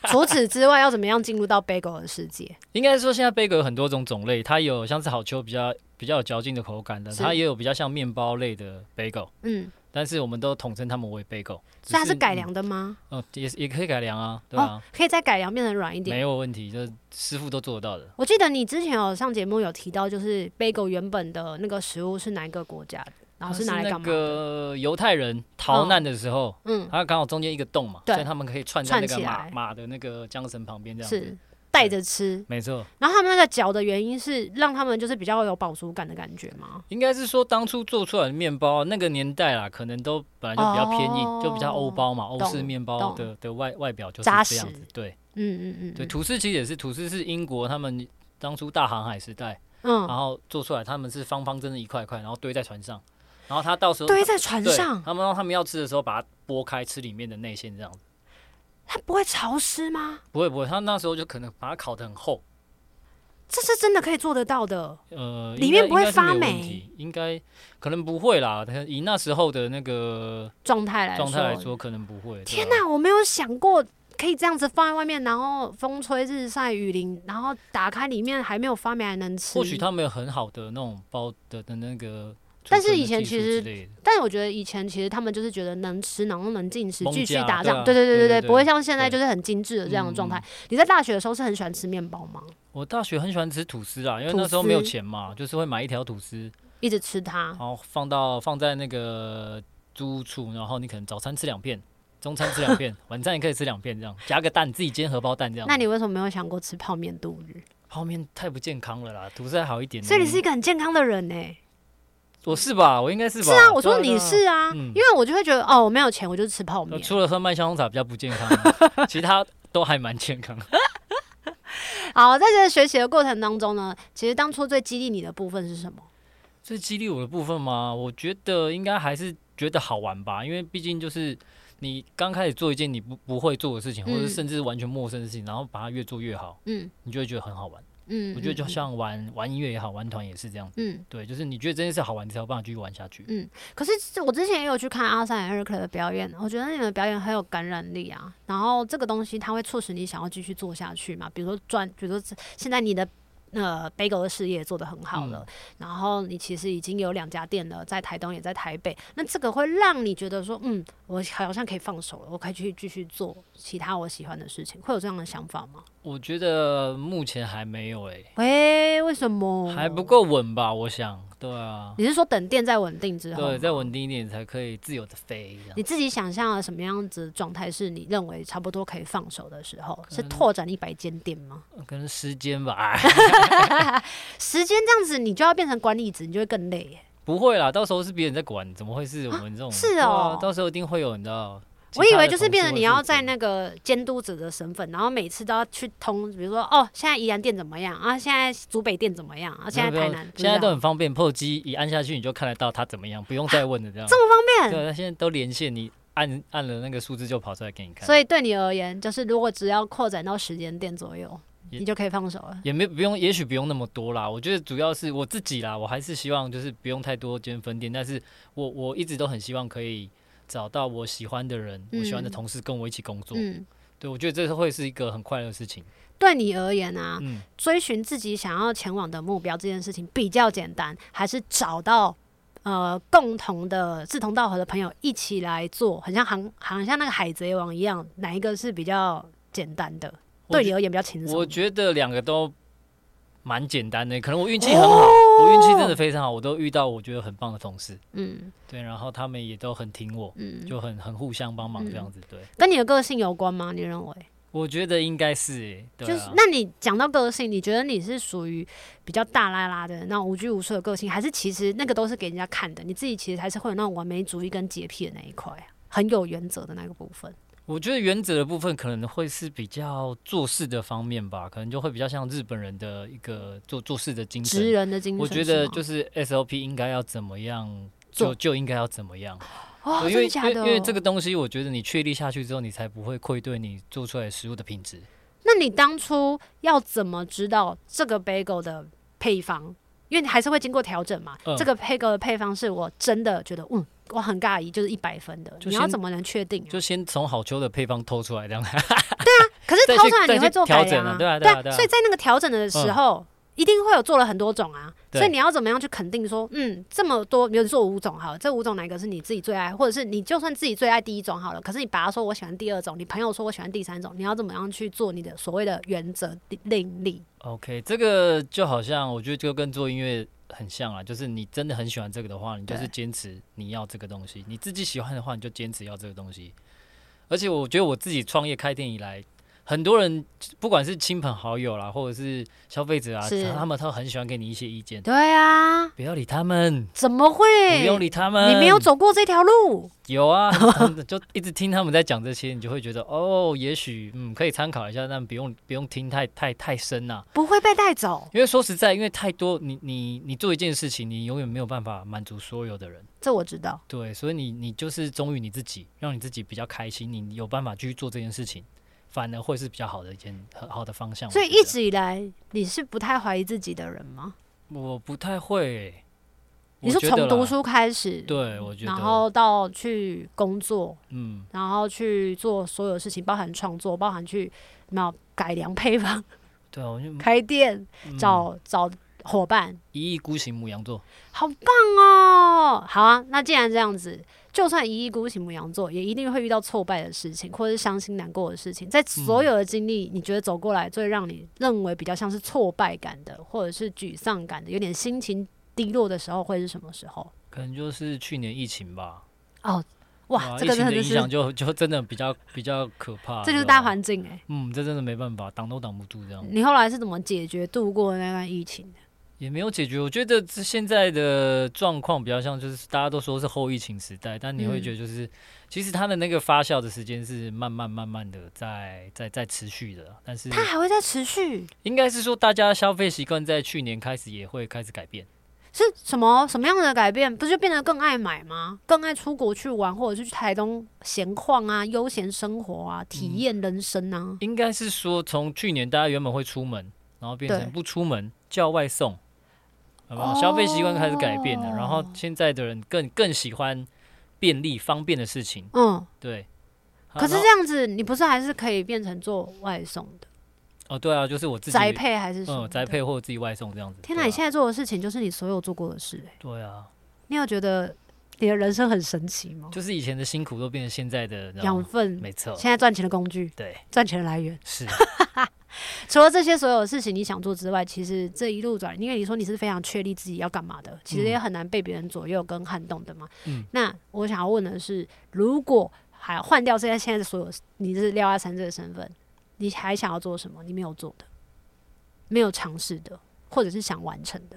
Speaker 1: 除此之外，要怎么样进入到贝狗的世界？
Speaker 2: 应该说，现在贝格有很多种种类，它有像是好球比较比较有嚼劲的口感的，
Speaker 1: 是
Speaker 2: 它也有比较像面包类的贝狗， (laughs)
Speaker 1: 嗯，
Speaker 2: 但是我们都统称它们为贝狗。
Speaker 1: 所以它
Speaker 2: 只
Speaker 1: 是改良
Speaker 2: 嗯
Speaker 1: 的吗？哦
Speaker 2: 哦，也是也可以改良啊，对啊，
Speaker 1: 可以再改良变成软一点
Speaker 2: 没。有问题，就是师傅都做得到的。
Speaker 1: 我记得你之前有上节目有提到，就是 bagel 原本的那个食物是哪一个国家的，然后啊是拿来
Speaker 2: 啊那
Speaker 1: 干嘛的？
Speaker 2: 个犹太人逃难的时候，
Speaker 1: 嗯，
Speaker 2: 它刚好中间一个洞嘛，
Speaker 1: 对
Speaker 2: 所以他们可以串在那
Speaker 1: 串
Speaker 2: 个
Speaker 1: 起
Speaker 2: 马
Speaker 1: 来
Speaker 2: 马的那个缰绳旁边这样子。
Speaker 1: 是带着吃。
Speaker 2: 没错，
Speaker 1: 然后他们那个嚼的原因是让他们就是比较有饱足感的感觉吗？
Speaker 2: 应该是说当初做出来的面包，那个年代啦，可能都本来就比较偏硬，
Speaker 1: 哦
Speaker 2: 就比较欧包嘛，欧
Speaker 1: 懂
Speaker 2: 式面包的的外外表就是
Speaker 1: 扎
Speaker 2: 这样子
Speaker 1: 实。
Speaker 2: 对
Speaker 1: 嗯嗯嗯，
Speaker 2: 对，
Speaker 1: 嗯
Speaker 2: 吐司其实也是，吐司是英国他们当初大航海时代，然
Speaker 1: 嗯，
Speaker 2: 后做出来，他们是方方真的一块一块，然后堆在船上，然后他到时候
Speaker 1: 堆在船
Speaker 2: 对
Speaker 1: 上，
Speaker 2: 他们让他们要吃的时候把它剥开吃里面的内馅这样子。
Speaker 1: 它不会潮湿吗？
Speaker 2: 不会不会，他那时候就可能把它烤得很厚，
Speaker 1: 这是真的可以做得到的。
Speaker 2: 呃，
Speaker 1: 里
Speaker 2: 应该
Speaker 1: 面不会
Speaker 2: 应该是没有
Speaker 1: 发
Speaker 2: 问
Speaker 1: 霉
Speaker 2: 题，应该可能不会啦。但以那时候的那个
Speaker 1: 状态来
Speaker 2: 状
Speaker 1: 说，
Speaker 2: 态来说，可能不会。对
Speaker 1: 天
Speaker 2: 啊
Speaker 1: 哪，我没有想过可以这样子放在外面，然后风吹日晒雨淋，然后打开里面还没有发霉还能吃。
Speaker 2: 或许他们有很好的那种包的的那个储存
Speaker 1: 但是
Speaker 2: 的技术之类的，
Speaker 1: 以前其实但是我觉得以前其实他们就是觉得能吃，然后能进食，
Speaker 2: 蒙
Speaker 1: 继续
Speaker 2: 甲
Speaker 1: 打
Speaker 2: 对
Speaker 1: 仗，
Speaker 2: 啊
Speaker 1: 对对对
Speaker 2: 对
Speaker 1: 对
Speaker 2: 对嗯对
Speaker 1: 不会像现在
Speaker 2: 对
Speaker 1: 就是很精致的这样的状态。你在大学的时候是很喜欢吃面包吗？
Speaker 2: 我大学很喜欢吃吐司啊啦，因为
Speaker 1: 吐
Speaker 2: 那时候没有
Speaker 1: 司
Speaker 2: 钱嘛，就是会买一条吐司，
Speaker 1: 一直吃它
Speaker 2: 然，后放到放在那个租屋处，然后你可能早餐吃两片，中餐吃两
Speaker 1: (laughs)
Speaker 2: 片，晚餐也可以吃两片，这样加个蛋，自己煎荷包蛋这样。
Speaker 1: 那你为什么没有想过吃泡面度日？
Speaker 2: 泡面太不健康了啦，吐司还好一点呢。
Speaker 1: 所以你是一个很健康的人呢、
Speaker 2: 我是吧？我应该是吧？
Speaker 1: 是啊，我说
Speaker 2: 对
Speaker 1: 你
Speaker 2: 对
Speaker 1: 是啊，
Speaker 2: 嗯
Speaker 1: 因为我就会觉得哦，我没有钱，我就吃泡
Speaker 2: 呃
Speaker 1: 面。
Speaker 2: 除了喝麦香红茶比较不健康啊，
Speaker 1: (laughs)
Speaker 2: 其他都还蛮健康。
Speaker 1: 好，在这个学习的过程当中呢，其实当初最激励你的部分是什么？
Speaker 2: 最激励我的部分吗？我觉得应该还是觉得好玩吧，因为毕竟就是你刚开始做一件你不不会做的事情，或者
Speaker 1: 嗯
Speaker 2: 甚至完全陌生的事情，然后把它越做越好，
Speaker 1: 嗯
Speaker 2: 你就会觉得很好玩。
Speaker 1: 嗯，
Speaker 2: 我觉得就
Speaker 1: 嗯
Speaker 2: 像玩玩音乐也好，玩团也是这样子。
Speaker 1: 嗯。
Speaker 2: 对，就是你觉得这件事好玩，你才有办法继续玩下去。
Speaker 1: 可是这我之前也有去看阿三和 Eric 的表演，我觉得你们的表演很有感染力啊。然后这个东西它会促使你想要继续做下去嘛，比如说赚，比如说现在你的。呃，bagel 的事业做得很好了，然后你其实已经有两家店了，在台东也在台北，那这个会让你觉得说，嗯，我好像可以放手了，我可以去继续做其他我喜欢的事情，会有这样的想法吗？
Speaker 2: 我觉得目前还没有诶、欸
Speaker 1: 哎喂，为什么？
Speaker 2: 还不够稳吧？我想，对啊，
Speaker 1: 你是说等电再稳定之后？
Speaker 2: 对，再稳定一点才可以自由的飞这样。
Speaker 1: 你自己想象了什么样子的状态是你认为差不多可以放手的时候？
Speaker 2: 可
Speaker 1: 是
Speaker 2: 能
Speaker 1: 拓展一百间店
Speaker 2: (laughs)
Speaker 1: 吗？
Speaker 2: 可能时间吧，哎
Speaker 1: 时间这样子，你就要变成管理职，你就会更累耶。
Speaker 2: (laughs) 不会啦，到时候是别人在管，怎么会是我们这种？
Speaker 1: 是
Speaker 2: 对啊
Speaker 1: 哦
Speaker 2: 到时候一定会有，你知道。
Speaker 1: 我以为就是变成
Speaker 2: 成
Speaker 1: 你要在那个监督者的身份，然后每次都要去通，比如说哦，现在宜兰店怎么样啊？现在竹北店怎么样啊？现在
Speaker 2: 没有
Speaker 1: 台
Speaker 2: 没有
Speaker 1: 南不是
Speaker 2: 现在
Speaker 1: 这
Speaker 2: 都
Speaker 1: 样
Speaker 2: 很方便，PO 机一按下去你就看得到它怎么样，不用再问了这样。
Speaker 1: 这么方便，
Speaker 2: 对，它啊现在都连线，你按按了那个数字就跑出来给你看，
Speaker 1: 所以对你而言，就是如果只要扩展到十间店左右，
Speaker 2: 也
Speaker 1: 你就可以放手了。
Speaker 2: 也没不用，也许不用那么多啦。我觉得主要是我自己啦，我还是希望就是不用太多间分店，但是我我一直都很希望可以找到我喜欢的人，我喜欢的
Speaker 1: 嗯
Speaker 2: 同事跟我一起工作。
Speaker 1: 嗯，
Speaker 2: 对，我觉得这会是一个很快乐的事情。
Speaker 1: 对你而言啊，
Speaker 2: 嗯，
Speaker 1: 追寻自己想要前往的目标这件事情比较简单，还是找到呃共同的志同道合的朋友一起来做，很像航，很像那个海贼王一样，哪一个是比较简单的？
Speaker 2: 我
Speaker 1: 对
Speaker 2: 觉
Speaker 1: 你而言比较轻
Speaker 2: 我
Speaker 1: 松。
Speaker 2: 觉得两个都蛮简单的，可能我运气很
Speaker 1: 哦
Speaker 2: 好，我运气真的非常好，我都遇到我觉得很棒的同事，
Speaker 1: 嗯
Speaker 2: 对，然后他们也都很挺我，
Speaker 1: 嗯，
Speaker 2: 就很很互相帮忙这样子。对，
Speaker 1: 跟你的个性有关吗？你认为？
Speaker 2: 我觉得应该是欸，对
Speaker 1: 就是
Speaker 2: 啊，
Speaker 1: 那你讲到个性，你觉得你是属于比较大拉拉的那种无拘无束的个性，还是其实那个都是给人家看的，你自己其实还是会有那种完美主义跟洁癖的那一块啊，很有原则的那个部分。
Speaker 2: 我觉得原则的部分可能会是比较做事的方面吧，可能就会比较像日本人的一个做做事的精
Speaker 1: 职
Speaker 2: 神。
Speaker 1: 人的精神，
Speaker 2: 我觉得就是 SOP 应该要怎么样。就
Speaker 1: 做
Speaker 2: 就应该要怎么样？
Speaker 1: 哦，
Speaker 2: 对
Speaker 1: 真
Speaker 2: 因
Speaker 1: 的
Speaker 2: 为因
Speaker 1: 假
Speaker 2: 为
Speaker 1: 的？
Speaker 2: 因为这个，东西，我觉得你确立下去之后，你才不会愧对你做出来的食物的品质。
Speaker 1: 那你当初要怎么知道这个 bagel 的配方？因为你还是会经过调整嘛。
Speaker 2: 嗯
Speaker 1: 这个 bagel 的配方是我真的觉得，嗯，我很尬意，就是一百分的。
Speaker 2: 就
Speaker 1: 你
Speaker 2: 先
Speaker 1: 要怎么能确定啊、
Speaker 2: 就先从好秋的配方偷出
Speaker 1: (laughs)
Speaker 2: 来，这样。
Speaker 1: 可是
Speaker 2: 再
Speaker 1: 掏
Speaker 2: 去
Speaker 1: 出来
Speaker 2: 再
Speaker 1: 你
Speaker 2: 去
Speaker 1: 会做改
Speaker 2: 调整
Speaker 1: 良
Speaker 2: 啊对啊对
Speaker 1: 对
Speaker 2: 啊对啊嗯
Speaker 1: 所以在那个调整的时候。一定会有做了很多种啊，
Speaker 2: 对
Speaker 1: 所以你要怎么样去肯定说，嗯，这么多，比如你做五种好了，这五种哪一个是你自己最爱，或者是你就算自己最爱第一种好了，可是你把它说我喜欢第二种，你朋友说我喜欢第三种，你要怎么样去做你的所谓的原则定力？
Speaker 2: OK，这个就好像我觉得就跟做音乐很像啊，就是你真的很喜欢这个的话，你就是
Speaker 1: 对
Speaker 2: 坚持你要这个东西；你自己喜欢的话，你就坚持要这个东西。而且我觉得我自己创业开店以来，很多人不管是亲朋好友啦，或者是消费者啊，
Speaker 1: 是
Speaker 2: 他们都很喜欢给你一些意见，
Speaker 1: 对啊，
Speaker 2: 不要理他们，
Speaker 1: 怎么会？
Speaker 2: 不用理他们。
Speaker 1: 你没有走过这条路，
Speaker 2: 有啊，很很就一直听他们在讲这些，你就会觉得哦，也许嗯可以参考一下，但不用不用听太太太深呐、
Speaker 1: 不会被带走，
Speaker 2: 因为说实在，因为太多，你你你做一件事情，你永远没有办法满足所有的人，
Speaker 1: 这我知道。
Speaker 2: 对，所以你你就是忠于你自己，让你自己比较开心，你有办法去做这件事情，反而会是比较好的一件很好的方向。
Speaker 1: 所以
Speaker 2: 我觉
Speaker 1: 一
Speaker 2: 得
Speaker 1: 直以来你是不太怀疑自己的人吗？
Speaker 2: 我不太会欸、
Speaker 1: 你
Speaker 2: 我
Speaker 1: 说
Speaker 2: 觉得
Speaker 1: 从
Speaker 2: 啦
Speaker 1: 读，书开始，
Speaker 2: 对我觉得，
Speaker 1: 然后到去工作，
Speaker 2: 嗯，
Speaker 1: 然后去做所有事情，包含创作，包含去那改良配方、
Speaker 2: 对啊，我就、
Speaker 1: (laughs) 开店、
Speaker 2: 嗯、
Speaker 1: 找找伙伴，
Speaker 2: 一意孤行母羊座，
Speaker 1: 好棒哦！好啊，那既然这样子，就算一意孤行母羊座，也一定会遇到挫败的事情，或者是伤心难过的事情。在
Speaker 2: 嗯
Speaker 1: 所有的经历，你觉得走过来最让你认为比较像是挫败感的，或者是沮丧感的，有点心情低落的时候，会是什么时候？
Speaker 2: 可能就是去年疫情吧，
Speaker 1: 哦，
Speaker 2: 对
Speaker 1: 哇，
Speaker 2: 啊
Speaker 1: 这
Speaker 2: 疫
Speaker 1: 个
Speaker 2: 情
Speaker 1: 真
Speaker 2: 的影
Speaker 1: 是，
Speaker 2: 响就就真的比较比较可怕，
Speaker 1: 这就是
Speaker 2: 对
Speaker 1: 大
Speaker 2: 吧，
Speaker 1: 环境嗯哎、
Speaker 2: 嗯，这真的没办法，挡都挡不住这样。
Speaker 1: 你后来是怎么解决度过那段疫情
Speaker 2: 嗯
Speaker 1: 的？
Speaker 2: 也没有解决。我觉得这现在的状况比较像，就是大家都说是后疫情时代，但你会
Speaker 1: 嗯
Speaker 2: 觉得就是，其实它的那个发酵的时间是慢慢慢慢的在在在持续的，但是
Speaker 1: 它还会再持续，
Speaker 2: 应该是说大家消费习惯在去年开始也会开始改变。
Speaker 1: 是什么什么样的改变？不是就变得更爱买吗？更爱出国去玩，或者是去台东闲晃啊，悠闲生活啊，体
Speaker 2: 嗯
Speaker 1: 验人生啊。
Speaker 2: 应该是说从去年大家原本会出门，然后变
Speaker 1: 对
Speaker 2: 成不出门叫外送，好不好？
Speaker 1: 哦
Speaker 2: 消费习惯开始改变了，然后现在的人更更喜欢便利方便的事情，
Speaker 1: 嗯，
Speaker 2: 对。
Speaker 1: 可是
Speaker 2: 然后
Speaker 1: 这样子，你不是还是可以变成做外送的
Speaker 2: 哦，对啊，就是我自己啊
Speaker 1: 宅配还是什么
Speaker 2: 嗯，
Speaker 1: 的？
Speaker 2: 宅配或者自己外送这样子。
Speaker 1: 天哪！
Speaker 2: 哪，
Speaker 1: 你现在做的事情就是你所有做过的事、欸，
Speaker 2: 对啊，
Speaker 1: 你有觉得你的人生很神奇吗？
Speaker 2: 就是以前的辛苦都变成现在的，然后
Speaker 1: 养分，
Speaker 2: 没错，
Speaker 1: 现在赚钱的工具，
Speaker 2: 对，
Speaker 1: 赚钱的来源。
Speaker 2: 是
Speaker 1: 除了这些所有事情你想做之外，其实这一路转，因为你说你是非常确立自己要干嘛的，其实也很难被别人左右跟撼动的嘛。
Speaker 2: 嗯
Speaker 1: 那我想要问的是，如果还换掉这些现在的所有，你是廖阿三这个身份，你还想要做什么？你没有做的，没有尝试的，或者是想完成的，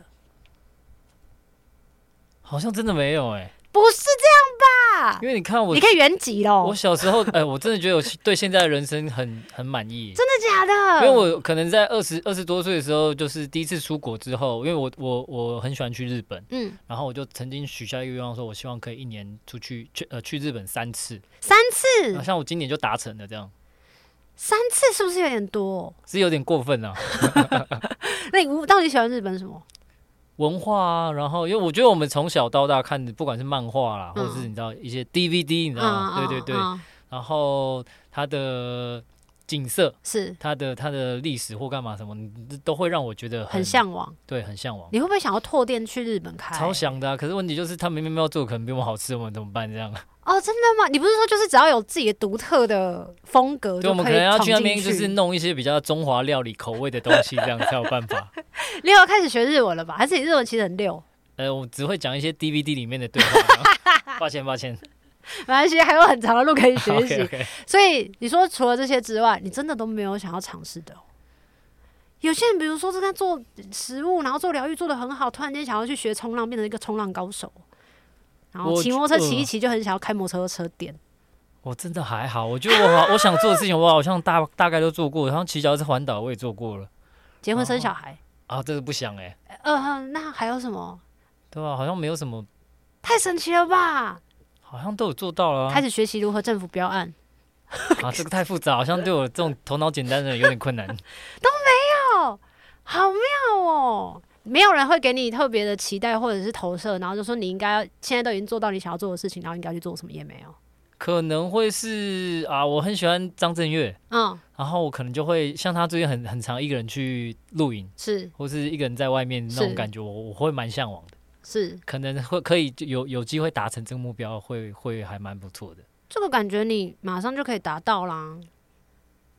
Speaker 2: 好像真的没有
Speaker 1: (laughs)
Speaker 2: 哎、
Speaker 1: 不是这样吧？
Speaker 2: 因为你看我
Speaker 1: 你，可以原籍喽
Speaker 2: 我，小时候，哎、我真的觉得我对现在的人生很很满意、
Speaker 1: 真的假的？
Speaker 2: 因为我可能在二十二十多岁的时候，就是第一次出国之后，因为我我我很喜欢去日本，
Speaker 1: 嗯，
Speaker 2: 然后我就曾经许下一个愿望，说我希望可以一年出去去呃去日本三次，啊
Speaker 1: 三次
Speaker 2: 好，像我今年就达成了，这样
Speaker 1: 三次是不是有点多？
Speaker 2: 是有点过分了、啊。
Speaker 1: 那你到底喜欢日本什么？
Speaker 2: 文化啊，然后因为我觉得我们从小到大看的，不管是漫画啦，
Speaker 1: 嗯
Speaker 2: 或者是你知道一些 DVD，你知道吗？对对对，
Speaker 1: 嗯
Speaker 2: 然后它的景色、
Speaker 1: 是
Speaker 2: 它的它的历史或干嘛什么，你都会让我觉得
Speaker 1: 很，向往。
Speaker 2: 对，很向往。
Speaker 1: 你会不会想要拓店去日本开？
Speaker 2: 超想的、啊，可是问题就是他明明没有做，可能比我们好吃，我们怎么办？这样，
Speaker 1: 哦，真的吗？你不是说就是只要有自己的独特的风格，
Speaker 2: 对，我们可
Speaker 1: 可以
Speaker 2: 能要
Speaker 1: 闯
Speaker 2: 去那
Speaker 1: 进
Speaker 2: 边就是弄一些比较中华料理口味的东西，这样才有办法。 (laughs)
Speaker 1: 你有开始学日文了吧？还是你日文其实很溜？
Speaker 2: 呃，我只会讲一些 DVD 里面的对 (laughs) 话。抱歉，抱歉。
Speaker 1: 没关系，还有很长的路可以学
Speaker 2: (laughs)
Speaker 1: 习。
Speaker 2: OK OK。
Speaker 1: (laughs) 所以你说除了这些之外，你真的都没有想要尝试的哦、有些人比如说正在做食物，然后做疗愈做得很好，突然间想要去学冲浪，变成一个冲浪高手，然后
Speaker 2: 我
Speaker 1: 骑
Speaker 2: 觉
Speaker 1: 摩托车
Speaker 2: 呃
Speaker 1: 骑一骑就很想要开摩托车店。
Speaker 2: 我真的还好，我觉得我好，我想做的事情我好像大大概都做过，然后骑脚踏车环岛我也做过了
Speaker 1: 结婚
Speaker 2: 哦
Speaker 1: 生小孩，
Speaker 2: 啊，这个不想哎、
Speaker 1: 呃，那还有什么？
Speaker 2: 对啊吧、好像没有什么，
Speaker 1: 太神奇了吧！
Speaker 2: 好像都有做到了啊、
Speaker 1: 开始学习如何政府标案，
Speaker 2: 啊，这个太复杂，好像对我这种头脑简单的人有点困难。
Speaker 1: 哦，好妙哦！没有人会给你特别的期待或者是投射，然后就说你应该现在都已经做到你想要做的事情，然后应该去做什么也没有。
Speaker 2: 可能会是啊，我很喜欢张震岳，
Speaker 1: 嗯，
Speaker 2: 然后我可能就会像他最近很很常一个人去露营，
Speaker 1: 是
Speaker 2: 或是一个人在外面那
Speaker 1: 是
Speaker 2: 种感觉，我我会蛮向往的。
Speaker 1: 是，
Speaker 2: 可能会可以有有机会达成这个目标，会会还蛮不错的。
Speaker 1: 这个感觉你马上就可以达到啦。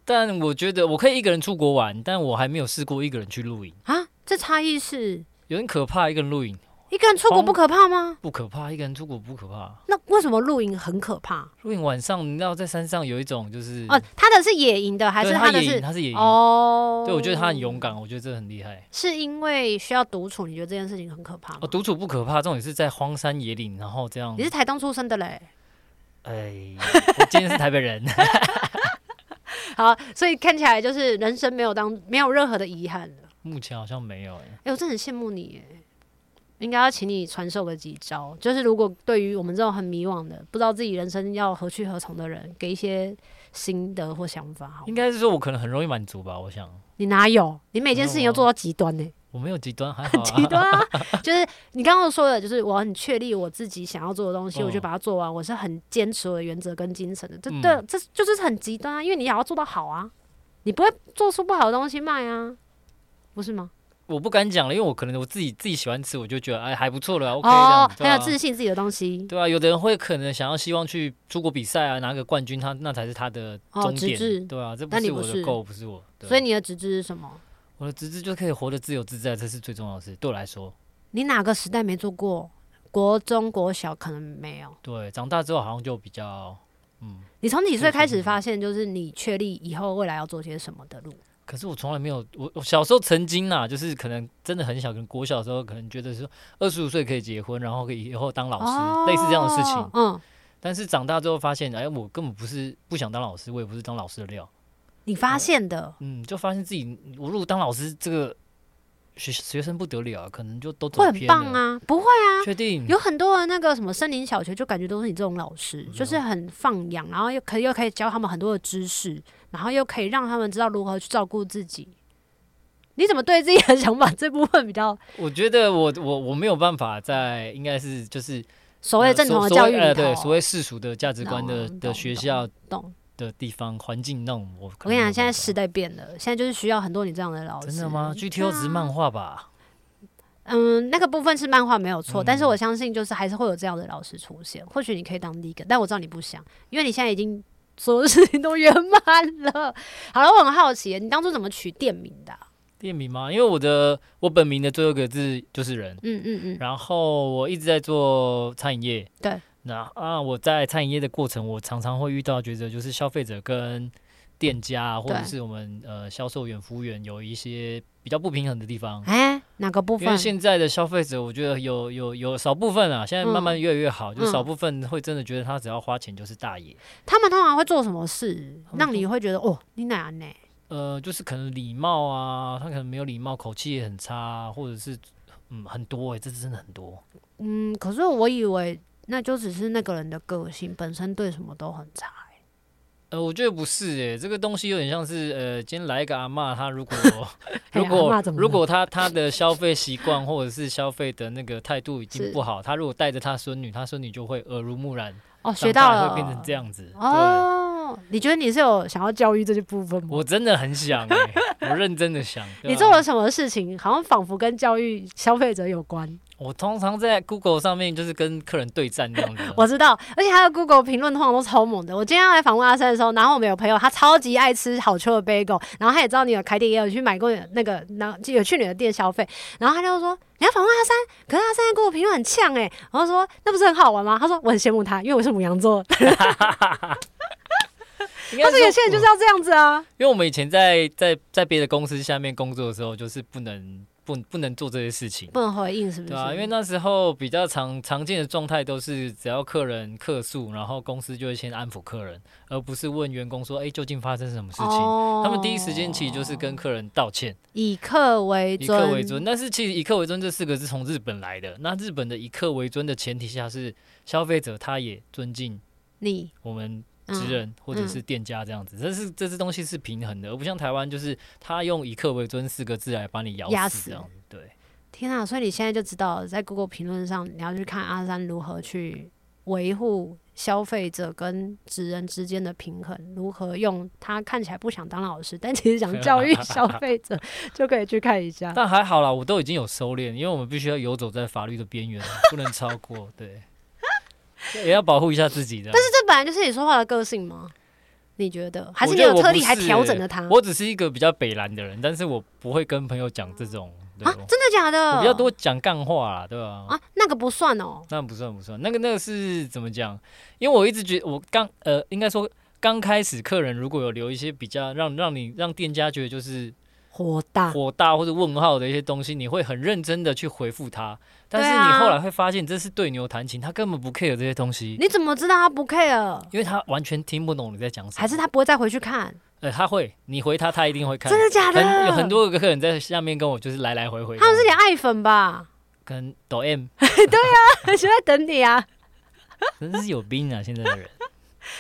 Speaker 2: 但我觉得我可以一个人出国玩，但我还没有试过一个人去露营，
Speaker 1: 啊，这差异是
Speaker 2: 有点可怕。一个人露营
Speaker 1: 一个人出国不可怕吗？
Speaker 2: 不可怕，一个人出国不可怕。
Speaker 1: 那为什么露营很可怕？
Speaker 2: 露营晚上你知道在山上有一种就是
Speaker 1: 哦、他的是野营的，还是
Speaker 2: 对他
Speaker 1: 的
Speaker 2: 野营，
Speaker 1: 是
Speaker 2: 他是野营。
Speaker 1: 哦？
Speaker 2: 对，我觉得他很勇，敢，我觉得这很厉害。
Speaker 1: 是因为需要独处，你觉得这件事情很可怕吗？
Speaker 2: 哦，独处不可怕，这种也是在荒山野岭，然后这样
Speaker 1: 你。是台东出生的嘞，
Speaker 2: 哎，我今天是台北人，
Speaker 1: 好，所以看起来就是人生没有当没有任何的遗憾了。
Speaker 2: 目前好像没有哎。
Speaker 1: 哎、我真的很羡慕你耶，应该要请你传授个几招，就是如果对于我们这种很迷惘的、不知道自己人生要何去何从的人，给一些心得或想法好吗
Speaker 2: 应该是说我可能很容易满足吧，我想
Speaker 1: 你哪有？你每件事情
Speaker 2: 没有
Speaker 1: 要
Speaker 2: 啊
Speaker 1: 做到极端呢、
Speaker 2: 我没有 (laughs) 极端，还好啊。
Speaker 1: 极端啊！ (laughs) 就是你刚刚说的，就是我很确立我自己想要做的东西，
Speaker 2: 嗯
Speaker 1: 我就把它做完。我是很坚持我的原则跟精神的。这啊
Speaker 2: 嗯
Speaker 1: 这这就是很极端啊，因为你也要做到好啊，你不会做出不好的东西卖啊，不是吗？
Speaker 2: 我不敢讲了，因为我可能我自己自己喜欢吃，我就觉得哎还不错了，OK 这样
Speaker 1: 哦，
Speaker 2: 子，对
Speaker 1: 很有
Speaker 2: 啊
Speaker 1: 自信自己的东西，
Speaker 2: 对啊，有的人会可能想要希望去出国比赛啊，拿个冠军，他那才是他的
Speaker 1: 哦
Speaker 2: 终
Speaker 1: 直
Speaker 2: 点，
Speaker 1: 至
Speaker 2: 对啊，这不
Speaker 1: 但你
Speaker 2: 是
Speaker 1: 不
Speaker 2: 我
Speaker 1: 是
Speaker 2: 的 goal，不是我，对啊
Speaker 1: 所以你的直知是什么？
Speaker 2: 我的直至就可以活得自由自在，这是最重要的事，对我来说，
Speaker 1: 你哪个时代没做过？国中、国小可能没有。
Speaker 2: 对，长大之后好像就比较嗯，
Speaker 1: 你从几岁
Speaker 2: 对
Speaker 1: 开
Speaker 2: 对
Speaker 1: 始
Speaker 2: 对
Speaker 1: 发现，就是你确立以后未来要做些什么的路？
Speaker 2: 可是我从来没有，我我小时候曾经呐、就是可能真的很小，可能国小的时候，可能觉得说二十五岁可以结婚，然后可以以后当老师，类似这样的事
Speaker 1: 哦
Speaker 2: 情。
Speaker 1: 嗯，
Speaker 2: 但是长大之后发现，哎，我根本不是不想当老师，我也不是当老师的料。
Speaker 1: 你发现的。
Speaker 2: 嗯，就发现自己，我如果当老师，这个学学生不得了，啊可能就都走
Speaker 1: 会很
Speaker 2: 偏
Speaker 1: 棒
Speaker 2: 了。
Speaker 1: 啊，不会啊，
Speaker 2: 确定？
Speaker 1: 有很多人那个什么森林小学，就感觉都是你这种老师，
Speaker 2: 嗯
Speaker 1: 就是很放养，然后又可又可以教他们很多的知识，然后又可以让他们知道如何去照顾自己。你怎么对自己的想法这部分比较
Speaker 2: 我觉得我我我没有办法在，应该是就是
Speaker 1: 所谓
Speaker 2: 呃
Speaker 1: 正统的
Speaker 2: 所所
Speaker 1: 教
Speaker 2: 谓
Speaker 1: 育
Speaker 2: 呃
Speaker 1: 里头？
Speaker 2: 对所谓世俗的价值观的
Speaker 1: 懂
Speaker 2: 的
Speaker 1: 懂
Speaker 2: 学校
Speaker 1: 懂。
Speaker 2: 的地方环境那种，我
Speaker 1: 我
Speaker 2: 我
Speaker 1: 跟你讲，现在时代变了，现在就是需要很多你这啊样的老师。
Speaker 2: 真的吗？GTO 只是漫画吧？
Speaker 1: 嗯，那个部分是漫画没有错，
Speaker 2: 嗯
Speaker 1: 但是我相信就是还是会有这样的老师出现。或许你可以当第一个，但我知道你不想，因为你现在已经所有事情都圆满了。好了，我很好奇，你当初怎么取店名的啊、
Speaker 2: 店名吗？因为我的我本名的最后一个字就是人，
Speaker 1: 嗯嗯嗯，
Speaker 2: 然后我一直在做餐饮业，
Speaker 1: 对，
Speaker 2: 那啊我在餐饮业的过程，我常常会遇到抉择，就是消费者跟店家啊或者
Speaker 1: 对
Speaker 2: 是我们呃销售员、服务员有一些比较不平衡的地方。
Speaker 1: 哎、哪个部
Speaker 2: 因
Speaker 1: 分
Speaker 2: 为？现在的消费者，我觉得有有有少部分啊，现在慢慢越来越好，就
Speaker 1: 嗯
Speaker 2: 少部分会真的觉得他只要花钱就是大爷，
Speaker 1: 他们通常会做什么事
Speaker 2: 他，们
Speaker 1: 让
Speaker 2: 通
Speaker 1: 你会觉得哦，你哪呢？
Speaker 2: 呃，就是可能礼貌啊，他可能没有礼貌，口气也很差啊、或者是嗯很多哎、这真的很多。
Speaker 1: 嗯，可是我以为那就只是那个人的个性本身对什么都很差、
Speaker 2: 呃，我觉得不是诶、这个东西有点像是呃，今天来一个阿嬷，她如果
Speaker 1: (laughs) 哎
Speaker 2: 如
Speaker 1: 呀阿
Speaker 2: 果
Speaker 1: 嬷怎么
Speaker 2: 如
Speaker 1: 了
Speaker 2: 果她她的消费习惯或者是消费的那个态度已经
Speaker 1: 是
Speaker 2: 不好，她如果带着她孙女，她孙女就会耳濡目染，
Speaker 1: 哦，
Speaker 2: 长
Speaker 1: 学
Speaker 2: 大
Speaker 1: 到
Speaker 2: 了
Speaker 1: 了，
Speaker 2: 会变成这样子。对，
Speaker 1: 哦，你觉得你是有想要教育这些部分吗？
Speaker 2: 我真的很想诶、我认真的
Speaker 1: (laughs)
Speaker 2: 想。对
Speaker 1: 你
Speaker 2: 啊
Speaker 1: 做了什么事情，好像仿佛跟教育消费者有关。。
Speaker 2: 我通常在 Google 上面就是跟客人对战这样子
Speaker 1: 我知道，而且他的 Google 评论通常都超猛的。我今天要来访问阿三的时候，然后我们有朋友，他超级爱吃好吃的 bagel，然后他也知道你有开店，也有去买过那个，然后有去你的店消费，然后他就说你要访问阿三，可是阿三给我评论很呛哎、然后说那不是很好玩吗？他说我很羡慕他，因为我是母羊
Speaker 2: (laughs)
Speaker 1: 座，
Speaker 2: 应该
Speaker 1: 但是有
Speaker 2: 说
Speaker 1: 些人就是要这样子啊。
Speaker 2: 因为我们以前在在在别的公司下面工作的时候，就是不能不不能做这些事情。
Speaker 1: 不能回应是不是？
Speaker 2: 对啊，因为那时候比较常常见的状态都是，只要客人客诉，然后公司就会先安抚客人，而不是问员工说，哎、究竟发生什么事情？
Speaker 1: 哦
Speaker 2: 他们第一时间其实就是跟客人道歉，
Speaker 1: 以客为
Speaker 2: 以
Speaker 1: 尊，
Speaker 2: 客为尊。但是其实以客为尊这四个是从日本来的，那日本的以客为尊的前提下是消费者他也尊敬
Speaker 1: 你
Speaker 2: 我们
Speaker 1: 嗯
Speaker 2: 职人或者是店家这样子，这是这是东西是平衡的，而不像台湾就是他用以客为尊四个字来把你
Speaker 1: 压
Speaker 2: 咬死
Speaker 1: 死
Speaker 2: 这样子。对，
Speaker 1: 天啊！所以你现在就知道，在 Google 评论上，你要去看阿三如何去维护消费者跟职人之间的平衡，如何用他看起来不想当老师，但其实想教育消费
Speaker 2: (laughs)
Speaker 1: 者，就可以去看一下。
Speaker 2: 但还好啦，我都已经有收敛，因为我们必须要游走在法律的边缘，不能超过。对，也要保护一下自己的。但是
Speaker 1: 这本来就是你说话的个性吗？你觉得？还是
Speaker 2: 我
Speaker 1: 你
Speaker 2: 觉得
Speaker 1: 有
Speaker 2: 我
Speaker 1: 特
Speaker 2: 不
Speaker 1: 地还
Speaker 2: 是
Speaker 1: 调
Speaker 2: 欸
Speaker 1: 整了他？啊，
Speaker 2: 我只是一个比较北蓝的人，但是我不会跟朋友讲这种，对，
Speaker 1: 啊真的假的？
Speaker 2: 我比较多讲干话啦，对吧、
Speaker 1: 啊，那个不算哦。
Speaker 2: 那不算不算，那个那个是怎么讲？因为我一直觉我刚呃，应该说刚开始客人如果有留一些比较让让你让店家觉得就是
Speaker 1: 火大，
Speaker 2: 火大或者问号的一些东西，你会很认真的去回复他，但
Speaker 1: 对
Speaker 2: 是
Speaker 1: 啊
Speaker 2: 你后来会发现这是对牛弹琴，他根本不 care 这些东西，
Speaker 1: 你怎么知道他不 care？
Speaker 2: 因为他完全听不懂你在讲什么。
Speaker 1: 还是他不会再回去看？
Speaker 2: 呃，他会，你回他，他一定会看。
Speaker 1: 真的假的？
Speaker 2: 很有很多个客人在下面跟我就是来来回回这
Speaker 1: 他们
Speaker 2: 样子，
Speaker 1: 是你的爱粉吧？
Speaker 2: 跟抖 M，
Speaker 1: 就在等你啊！
Speaker 2: 真是有病啊！现在
Speaker 1: (laughs)
Speaker 2: 的人，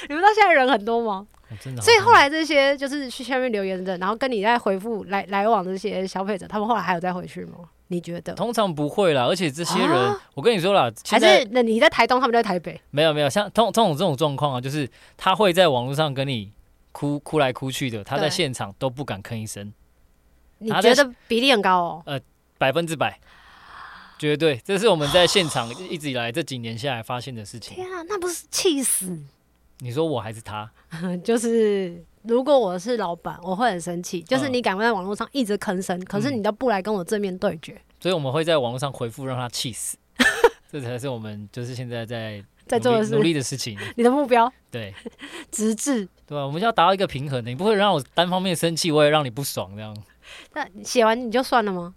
Speaker 1: 你们到现在人很多吗？
Speaker 2: 我真的好。
Speaker 1: 所以后来这些就是去下面留言的，然后跟你在回复来来往的这些消费者，他们后来还有再回去吗？你觉得？
Speaker 2: 通常不会啦，而且这些人，
Speaker 1: 啊
Speaker 2: 我跟你说啦，
Speaker 1: 还
Speaker 2: 现在
Speaker 1: 是那你在台东，他们就在台北？
Speaker 2: 没有没有，像通通种这种状况啊，就是他会在网络上跟你哭哭来哭去的，他
Speaker 1: 对
Speaker 2: 在现场都不敢吭一声。
Speaker 1: 你
Speaker 2: 他
Speaker 1: 觉
Speaker 2: 在
Speaker 1: 得比例很高哦？
Speaker 2: 百分之百，绝对，这是我们在现场一直以来这几年下来发现的事情。
Speaker 1: 天啊，那不是气死！
Speaker 2: 你说我还是他，
Speaker 1: 嗯就是如果我是老板，我会很生气。就是
Speaker 2: 嗯
Speaker 1: 你敢在网络上一直吭声，可是你都不来跟我正面对决，
Speaker 2: 所以我们会在网络上回复让他气死， (laughs) 这才是我们就是现在在
Speaker 1: 在
Speaker 2: 努
Speaker 1: 做的
Speaker 2: 力
Speaker 1: 是
Speaker 2: 努力的事情。
Speaker 1: (laughs) 你的目标
Speaker 2: 对
Speaker 1: 直至
Speaker 2: 对啊吧？我们就要达到一个平衡的，你不会让我单方面生气，我也让你不爽这样。
Speaker 1: 那写完你就算了吗？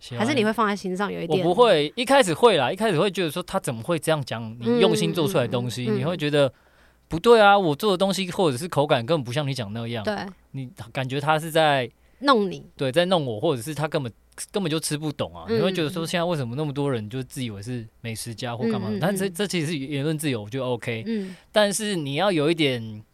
Speaker 2: 喜欢
Speaker 1: 还是你会放在心上有一
Speaker 2: 我
Speaker 1: 点？
Speaker 2: 不会，一开始会啦，一开始会觉得说他怎么会这样讲
Speaker 1: 嗯
Speaker 2: 你用心做出来的东西，
Speaker 1: 嗯嗯嗯
Speaker 2: 你会觉得不对啊，我做的东西或者是口感根本不像你讲那样，
Speaker 1: 对
Speaker 2: 你感觉他是在
Speaker 1: 弄你。
Speaker 2: 对，在弄我，或者是他根本根本就吃不懂啊，
Speaker 1: 嗯
Speaker 2: 你会觉得说现在为什么那么多人就自以为是美食家或干嘛？
Speaker 1: 嗯嗯
Speaker 2: 但这
Speaker 1: 嗯
Speaker 2: 这其实是言论自由，我觉得 OK，、
Speaker 1: 嗯，
Speaker 2: 但是你要有一点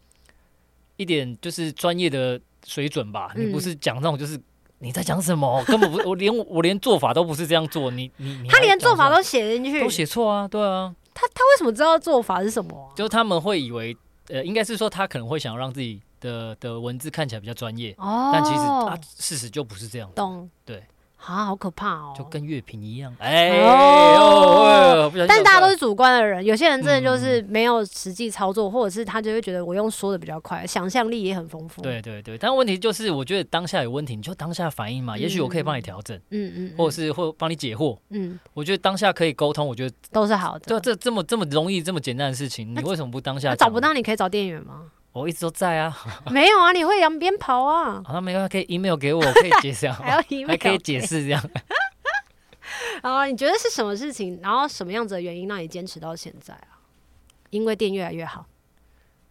Speaker 2: 一点就是专业的水准吧，
Speaker 1: 嗯
Speaker 2: 你不是讲那种就是。你在讲什么？根本不，我 (laughs) 连我连做法都不是这样做。你你你还
Speaker 1: 他连做法
Speaker 2: 讲
Speaker 1: 都写进去，
Speaker 2: 说都写错啊，对啊，
Speaker 1: 他为什么知道做法是什么啊、
Speaker 2: 就他们会以为，呃，应该是说他可能会想让自己的的文字看起来比较专业，
Speaker 1: 哦，
Speaker 2: 但其实啊，事实就不是这样。
Speaker 1: 懂
Speaker 2: 啊对，
Speaker 1: 啊，好可怕哦！
Speaker 2: 就跟乐评一样。哎
Speaker 1: 哦
Speaker 2: 哦，不小心
Speaker 1: 但
Speaker 2: 讲
Speaker 1: 大家
Speaker 2: 错
Speaker 1: 都
Speaker 2: 了
Speaker 1: 是主观的人，有些人真的就是
Speaker 2: 嗯
Speaker 1: 没有实际操作，或者是他就会觉得我用说的比较快，想象力也很丰富。，
Speaker 2: 对对对，但问题就是，我觉得当下有问题，你就当下反应嘛。也许我可以帮你调整，
Speaker 1: 嗯嗯，
Speaker 2: 或者是或帮你解惑。
Speaker 1: 嗯
Speaker 2: 我觉得当下可以沟通，我觉得
Speaker 1: 都是好
Speaker 2: 对
Speaker 1: 的。
Speaker 2: 啊这这么这么容易这么简单的事情，
Speaker 1: 那
Speaker 2: 你为什么不当下
Speaker 1: 那
Speaker 2: 讲
Speaker 1: 找不，到你可以找店员吗？
Speaker 2: 我一直都在啊。
Speaker 1: 没有啊，你会扬鞭跑
Speaker 2: (laughs)
Speaker 1: 啊，
Speaker 2: 好，那没关系，可以 email 给我，我可以
Speaker 1: (laughs)
Speaker 2: 解释
Speaker 1: 还要
Speaker 2: 啊，
Speaker 1: 一
Speaker 2: 还可以解释这样。
Speaker 1: 啊？你觉得是什么事情？然后什么样子的原因让你坚持到现在啊？因为店越来越好，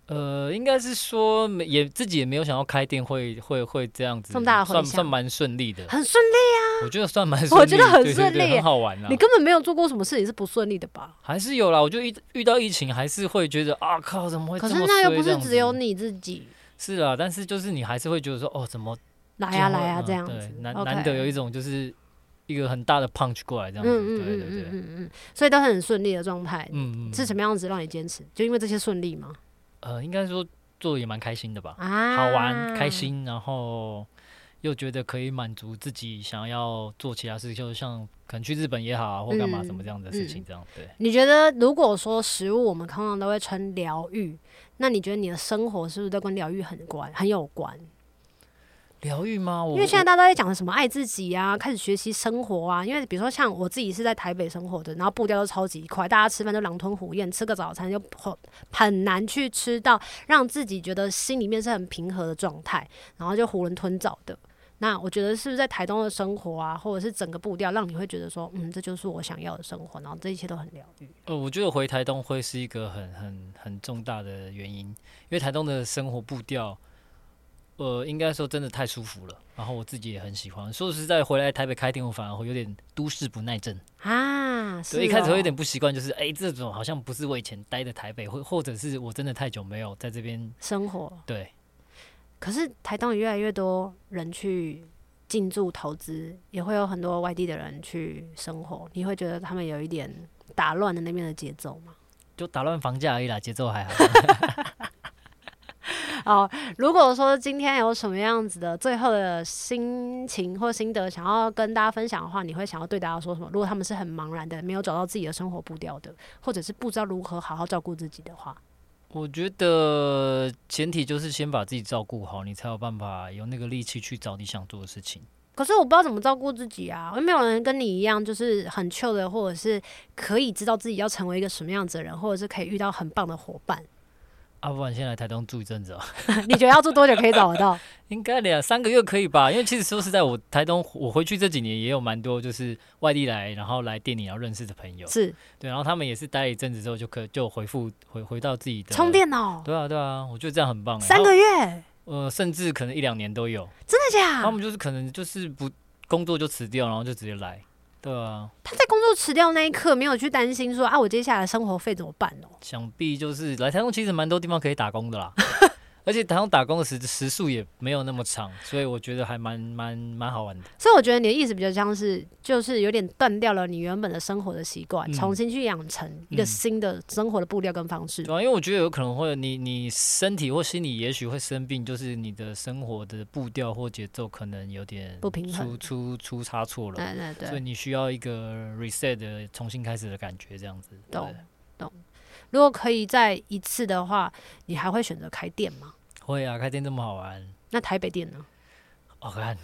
Speaker 2: 呃，应该是说没也自己也没有想要开店会会会这样子，
Speaker 1: 这么大的回
Speaker 2: 算
Speaker 1: 响
Speaker 2: 算蛮顺利的，
Speaker 1: 很顺利，
Speaker 2: 我觉得算蛮
Speaker 1: 我
Speaker 2: 顺利
Speaker 1: 觉
Speaker 2: 的，
Speaker 1: 得很
Speaker 2: 对对
Speaker 1: 顺
Speaker 2: 对
Speaker 1: 利耶
Speaker 2: 很好玩啦啊
Speaker 1: 你。根本没有做过什么事情是不顺利的吧？
Speaker 2: 还是有啦，我就遇遇到疫情，还是会觉得啊靠，怎么会这
Speaker 1: 可
Speaker 2: 么
Speaker 1: 是那又
Speaker 2: 衰
Speaker 1: 不是
Speaker 2: 这样
Speaker 1: 只
Speaker 2: 子
Speaker 1: 有你自己
Speaker 2: 是啦，但是就是你还是会觉得说哦，怎么
Speaker 1: 来
Speaker 2: 这
Speaker 1: 哎呀、
Speaker 2: 样会
Speaker 1: 来呀、
Speaker 2: 嗯
Speaker 1: 这样
Speaker 2: 对
Speaker 1: 子，
Speaker 2: 难
Speaker 1: OK
Speaker 2: 难得有一种就是一个很大的 punch 过来这样子，
Speaker 1: 嗯嗯
Speaker 2: 对
Speaker 1: 嗯
Speaker 2: 对
Speaker 1: 嗯
Speaker 2: 对，
Speaker 1: 嗯嗯，所以都是很顺利的状态。
Speaker 2: 嗯嗯，
Speaker 1: 是什么样子让你坚持？就因为这些顺利吗？
Speaker 2: 呃，应该说做得也蛮开心的吧，
Speaker 1: 啊，
Speaker 2: 好玩、开。心，然后又觉得可以满足自己想要做其他事，就像可能去日本也好啊，或干嘛
Speaker 1: 嗯
Speaker 2: 什么这样的事情
Speaker 1: 嗯，
Speaker 2: 这样对。
Speaker 1: 你觉得如果说食物，我们通常都会称疗愈，那你觉得你的生活是不是都跟疗愈很关很有关？
Speaker 2: 疗愈吗？我
Speaker 1: 因为现在大家都在讲什么爱自己啊，开始学习生活啊。因为比如说像我自己是在台北生活的，然后步调都超级快，大家吃饭都狼吞虎咽，吃个早餐就很很难去吃到让自己觉得心里面是很平和的状态，然后就囫囵吞枣的。那我觉得是不是在台东的生活啊，或者是整个步调，让你会觉得说，嗯，这就是我想要的生活，然后这一切都很疗愈。
Speaker 2: 呃，我觉得回台东会是一个很很很重大的原因，因为台东的生活步调，呃，应该说真的太舒服了。然后我自己也很喜欢。说实在，回来台北开店，我反而会有点都市不耐症，
Speaker 1: 啊，是、
Speaker 2: 所
Speaker 1: 哦、
Speaker 2: 以一开始会有点不习惯，就是哎、这种好像不是我以前待的台北，或或者是我真的太久没有在这边
Speaker 1: 生活，
Speaker 2: 对。
Speaker 1: 可是台东也越来越多人去进驻投资，也会有很多外地的人去生活，你会觉得他们有一点打乱了那边的节奏吗？
Speaker 2: 就打乱房价而已啦，节奏还好。 (laughs)
Speaker 1: 哦，如果说今天有什么样子的最后的心情或心得想要跟大家分享的话，你会想要对大家说什么？如果他们是很茫然的，没有找到自己的生活步调的，或者是不知道如何好好照顾自己的话，
Speaker 2: 我觉得前提就是先把自己照顾好，你才有办法有那个力气去找你想做的事情。
Speaker 1: 可是我不知道怎么照顾自己啊，因为没有人跟你一样，就是很 chill 的，或者是可以知道自己要成为一个什么样子的人，或者是可以遇到很棒的伙伴。 (laughs)
Speaker 2: 啊，不然先来台东住一阵子啊，
Speaker 1: 你觉得要住多久可以找得到？
Speaker 2: 应该两三个月可以吧？因为其实说实在，我台东我回去这几年也有蛮多就是外地来，然后来店里然后认识的朋友，
Speaker 1: 是
Speaker 2: (laughs) 对，然后他们也是待一阵子之后就可就回复回回到自己的
Speaker 1: 充。电哦，
Speaker 2: 对啊，对啊，我觉得这样很棒欸。
Speaker 1: 三
Speaker 2: 然
Speaker 1: 个
Speaker 2: 后
Speaker 1: 月，
Speaker 2: 呃，甚至可能一两年都有。
Speaker 1: 真的假？
Speaker 2: 他们就是可能就是不工作就辞掉，然后就直接来。对啊，
Speaker 1: 他在工作辞掉那一刻，没有去担心说啊，我接下来生活费怎么办哦？
Speaker 2: 想必就是来台东，其实蛮多地方可以打工
Speaker 1: (laughs)
Speaker 2: 的啦。而且台东打工的时时速也没有那么长，所以我觉得还蛮蛮蛮好玩的。
Speaker 1: 所以我觉得你的意思比较像是，就是有点断掉了你原本的生活的习惯，
Speaker 2: 嗯
Speaker 1: 重新去养成一个
Speaker 2: 嗯
Speaker 1: 新的生活的步调跟方式。
Speaker 2: 对啊，因为我觉得有可能会你你身体或心理也许会生病，就是你的生活的步调或节奏可能有点
Speaker 1: 不平衡
Speaker 2: 出出出差错了，
Speaker 1: 对对对，
Speaker 2: 所以你需要一个 reset 的重新开始的感觉，这样子。对
Speaker 1: 懂，懂。如果可以再一次的话，你还会选择开店吗？
Speaker 2: 会啊，开店这么好玩。
Speaker 1: 那台北店呢？
Speaker 2: 好
Speaker 1: (laughs)
Speaker 2: 看，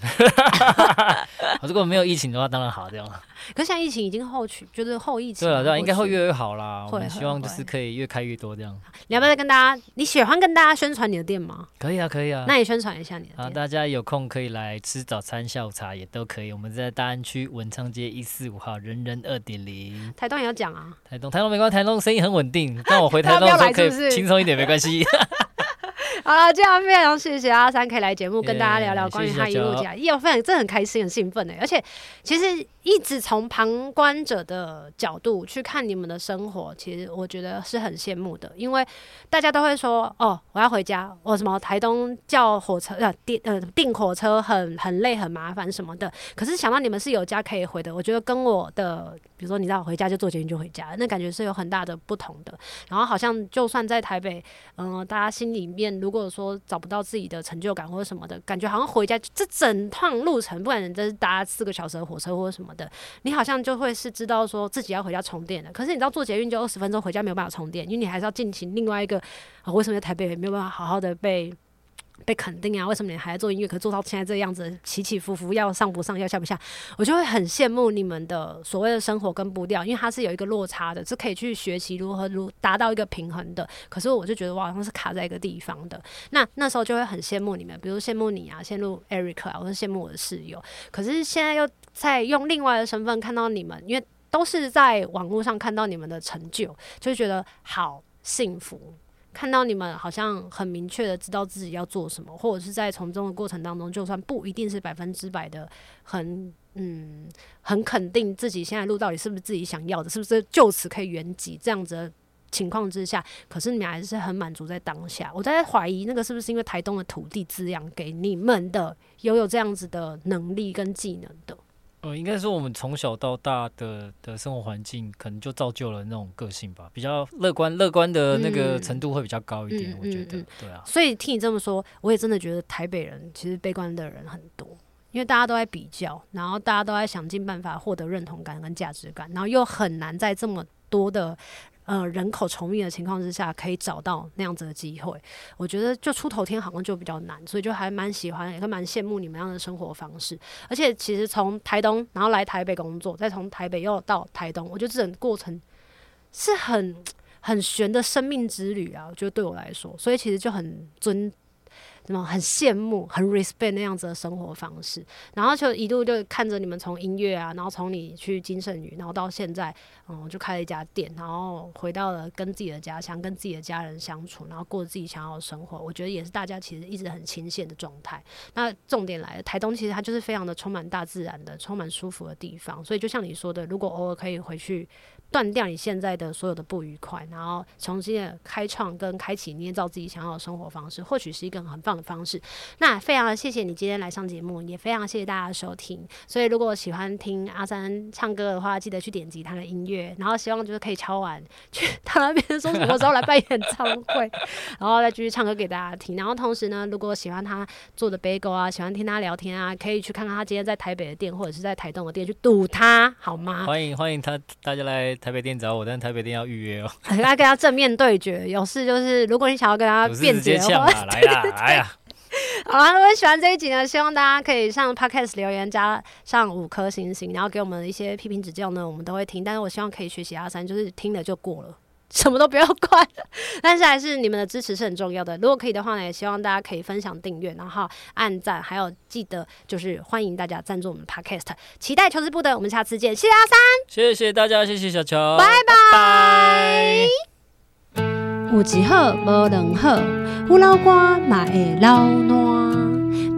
Speaker 2: 我如果没有疫情的话，当然好这样。
Speaker 1: 可是现在疫情已经后去，就是后疫情
Speaker 2: 对
Speaker 1: 了，
Speaker 2: 了，对啊，应该
Speaker 1: 后
Speaker 2: 会
Speaker 1: 续
Speaker 2: 越来越好啦。我
Speaker 1: 会
Speaker 2: 们
Speaker 1: 会
Speaker 2: 希望就
Speaker 1: 会
Speaker 2: 是可以越开越多这样。
Speaker 1: 你要不要再跟大家？你喜欢跟大家宣传你的店吗？
Speaker 2: 可以啊，可以啊。
Speaker 1: 那你宣传一下你的
Speaker 2: 啊，
Speaker 1: 店。
Speaker 2: 大家有空可以来吃早餐、下午茶也都可以。我们在大安区文昌街一四五号，人人二点零。
Speaker 1: 台东也要讲啊，
Speaker 2: 台东，台东没关系，台东生意很稳定。但我回台
Speaker 1: 不 (laughs)
Speaker 2: 东
Speaker 1: 要
Speaker 2: 的时候
Speaker 1: 来
Speaker 2: 可
Speaker 1: 是不是
Speaker 2: 以轻松一点，没
Speaker 1: (laughs)
Speaker 2: 关系。
Speaker 1: 好了，这样非常谢谢阿三可以来节目跟大家聊聊
Speaker 2: 耶
Speaker 1: 关于
Speaker 2: 谢谢
Speaker 1: 他一
Speaker 2: 小
Speaker 1: 路
Speaker 2: 九
Speaker 1: 讲，也非常这很开心很兴奋哎，而且其实一直从旁观者的角度去看你们的生活，其实我觉得是很羡慕的，因为大家都会说哦，我要回家，我什么台东叫火车呃订呃订火车很很累很麻烦什么的，可是想到你们是有家可以回的，我觉得跟我的比如说你知道回家就坐捷运就回家，那感觉是有很大的不同的，然后好像就算在台北嗯、大家心里面如如果说找不到自己的成就感或者什么的，感觉好像回家这整趟路程，不管这是搭四个小时的火车或者什么的，你好像就会是知道说自己要回家充电的。可是你知道坐捷运就二十分钟回家没有办法充电，因为你还是要进行另外一个、啊、为什么在台北没有办法好好的被。被肯定啊？为什么你还在做音乐？可做到现在这个样子，起起伏伏，要上不上，要下不下，我就会很羡慕你们的所谓的生活跟步调，因为它是有一个落差的，是可以去学习如何如达到一个平衡的。可是我就觉得我好像是卡在一个地方的，那那时候就会很羡慕你们，比如羡慕你啊，羡慕 Eric 啊，或是羡慕我的室友。可是现在又在用另外的身份看到你们，因为都是在网络上看到你们的成就，就觉得好幸福。看到你们好像很明确的知道自己要做什么，或者是在从中的过程当中，就算不一定是百分之百的很嗯很肯定自己现在路到底是不是自己想要的，是不是就此可以圆寂这样子的情况之下，可是你们还是很满足在当下。我在怀疑那个是不是因为台东的土地滋养给你们的，有有这样子的能力跟技能的。
Speaker 2: 呃，应该说我们从小到大的的生活环境，可能就造就了那种个性吧，比较乐观，乐观的那个
Speaker 1: 嗯
Speaker 2: 程度会比较高一点，
Speaker 1: 嗯
Speaker 2: 我觉得，
Speaker 1: 嗯嗯
Speaker 2: 对啊，
Speaker 1: 所以听你这么说，我也真的觉得台北人其实悲观的人很多，因为大家都在比较，然后大家都在想尽办法获得认同感跟价值感，然后又很难在这么多的。呃，人口稠密的情况之下，可以找到那样子的机会，我觉得就出头天好像就比较难，所以就还蛮喜欢，也会蛮羡慕你们那样的生活方式。而且其实从台东，然后来台北工作，再从台北又到台东，我觉得这整个过程是很很悬的生命之旅啊，我觉得对我来说，所以其实就很尊，什么很羡慕、很 respect 那样子的生活方式。然后就一路就看着你们从音乐啊，然后从你去金圣宇，然后到现在，嗯，就开了一家店，然后回到了跟自己的家乡、跟自己的家人相处，然后过自己想要的生活。我觉得也是大家其实一直很清闲的状态。那重点来了，台东其实它就是非常的充满大自然的、充满舒服的地方。所以就像你说的，如果偶尔可以回去断掉你现在的所有的不愉快，然后重新的开创跟开启捏造自己想要的生活方式，或许是一个很棒的方式。那非常的谢谢你今天来上节目，也非常谢谢大家的收听。所以如果喜欢听阿三唱歌的话，记得去点击他的音乐，然后希望就是可以敲完去他那边说什么时候来办演唱会，然后再继续唱歌给大家听。然后同时呢，如果喜欢他做的 bagel 啊，喜欢听他聊天啊，可以去看看他今天在台北的店或者是在台东的店去堵他，好吗？
Speaker 2: 欢迎欢迎他大家来台北店找我，但台北店要预约哦，
Speaker 1: 要跟他正面对决，有事就是，如果你想要跟他
Speaker 2: 有事
Speaker 1: 啊辩
Speaker 2: 直接
Speaker 1: 解的
Speaker 2: 呛
Speaker 1: 话，
Speaker 2: 啦，来啦，来呀，
Speaker 1: (laughs) 好啦，如果喜欢这一集呢，希望大家可以上 podcast 留言加上五颗星星，然后给我们一些批评指教呢，我们都会听。但是我希望可以学习阿三，就是听了就过了。什么都不要管， (laughs) 但是还是你们的支持是很重要的。如果可以的话呢，也希望大家可以分享、订阅，然后按赞，还有记得就是欢迎大家赞助我们 podcast。期待求之不得，我们下次见，谢谢阿三。
Speaker 2: 谢谢大家，谢谢小乔，
Speaker 1: 拜
Speaker 2: 拜
Speaker 1: 有一好无两好，有老瓜嘛会老烂。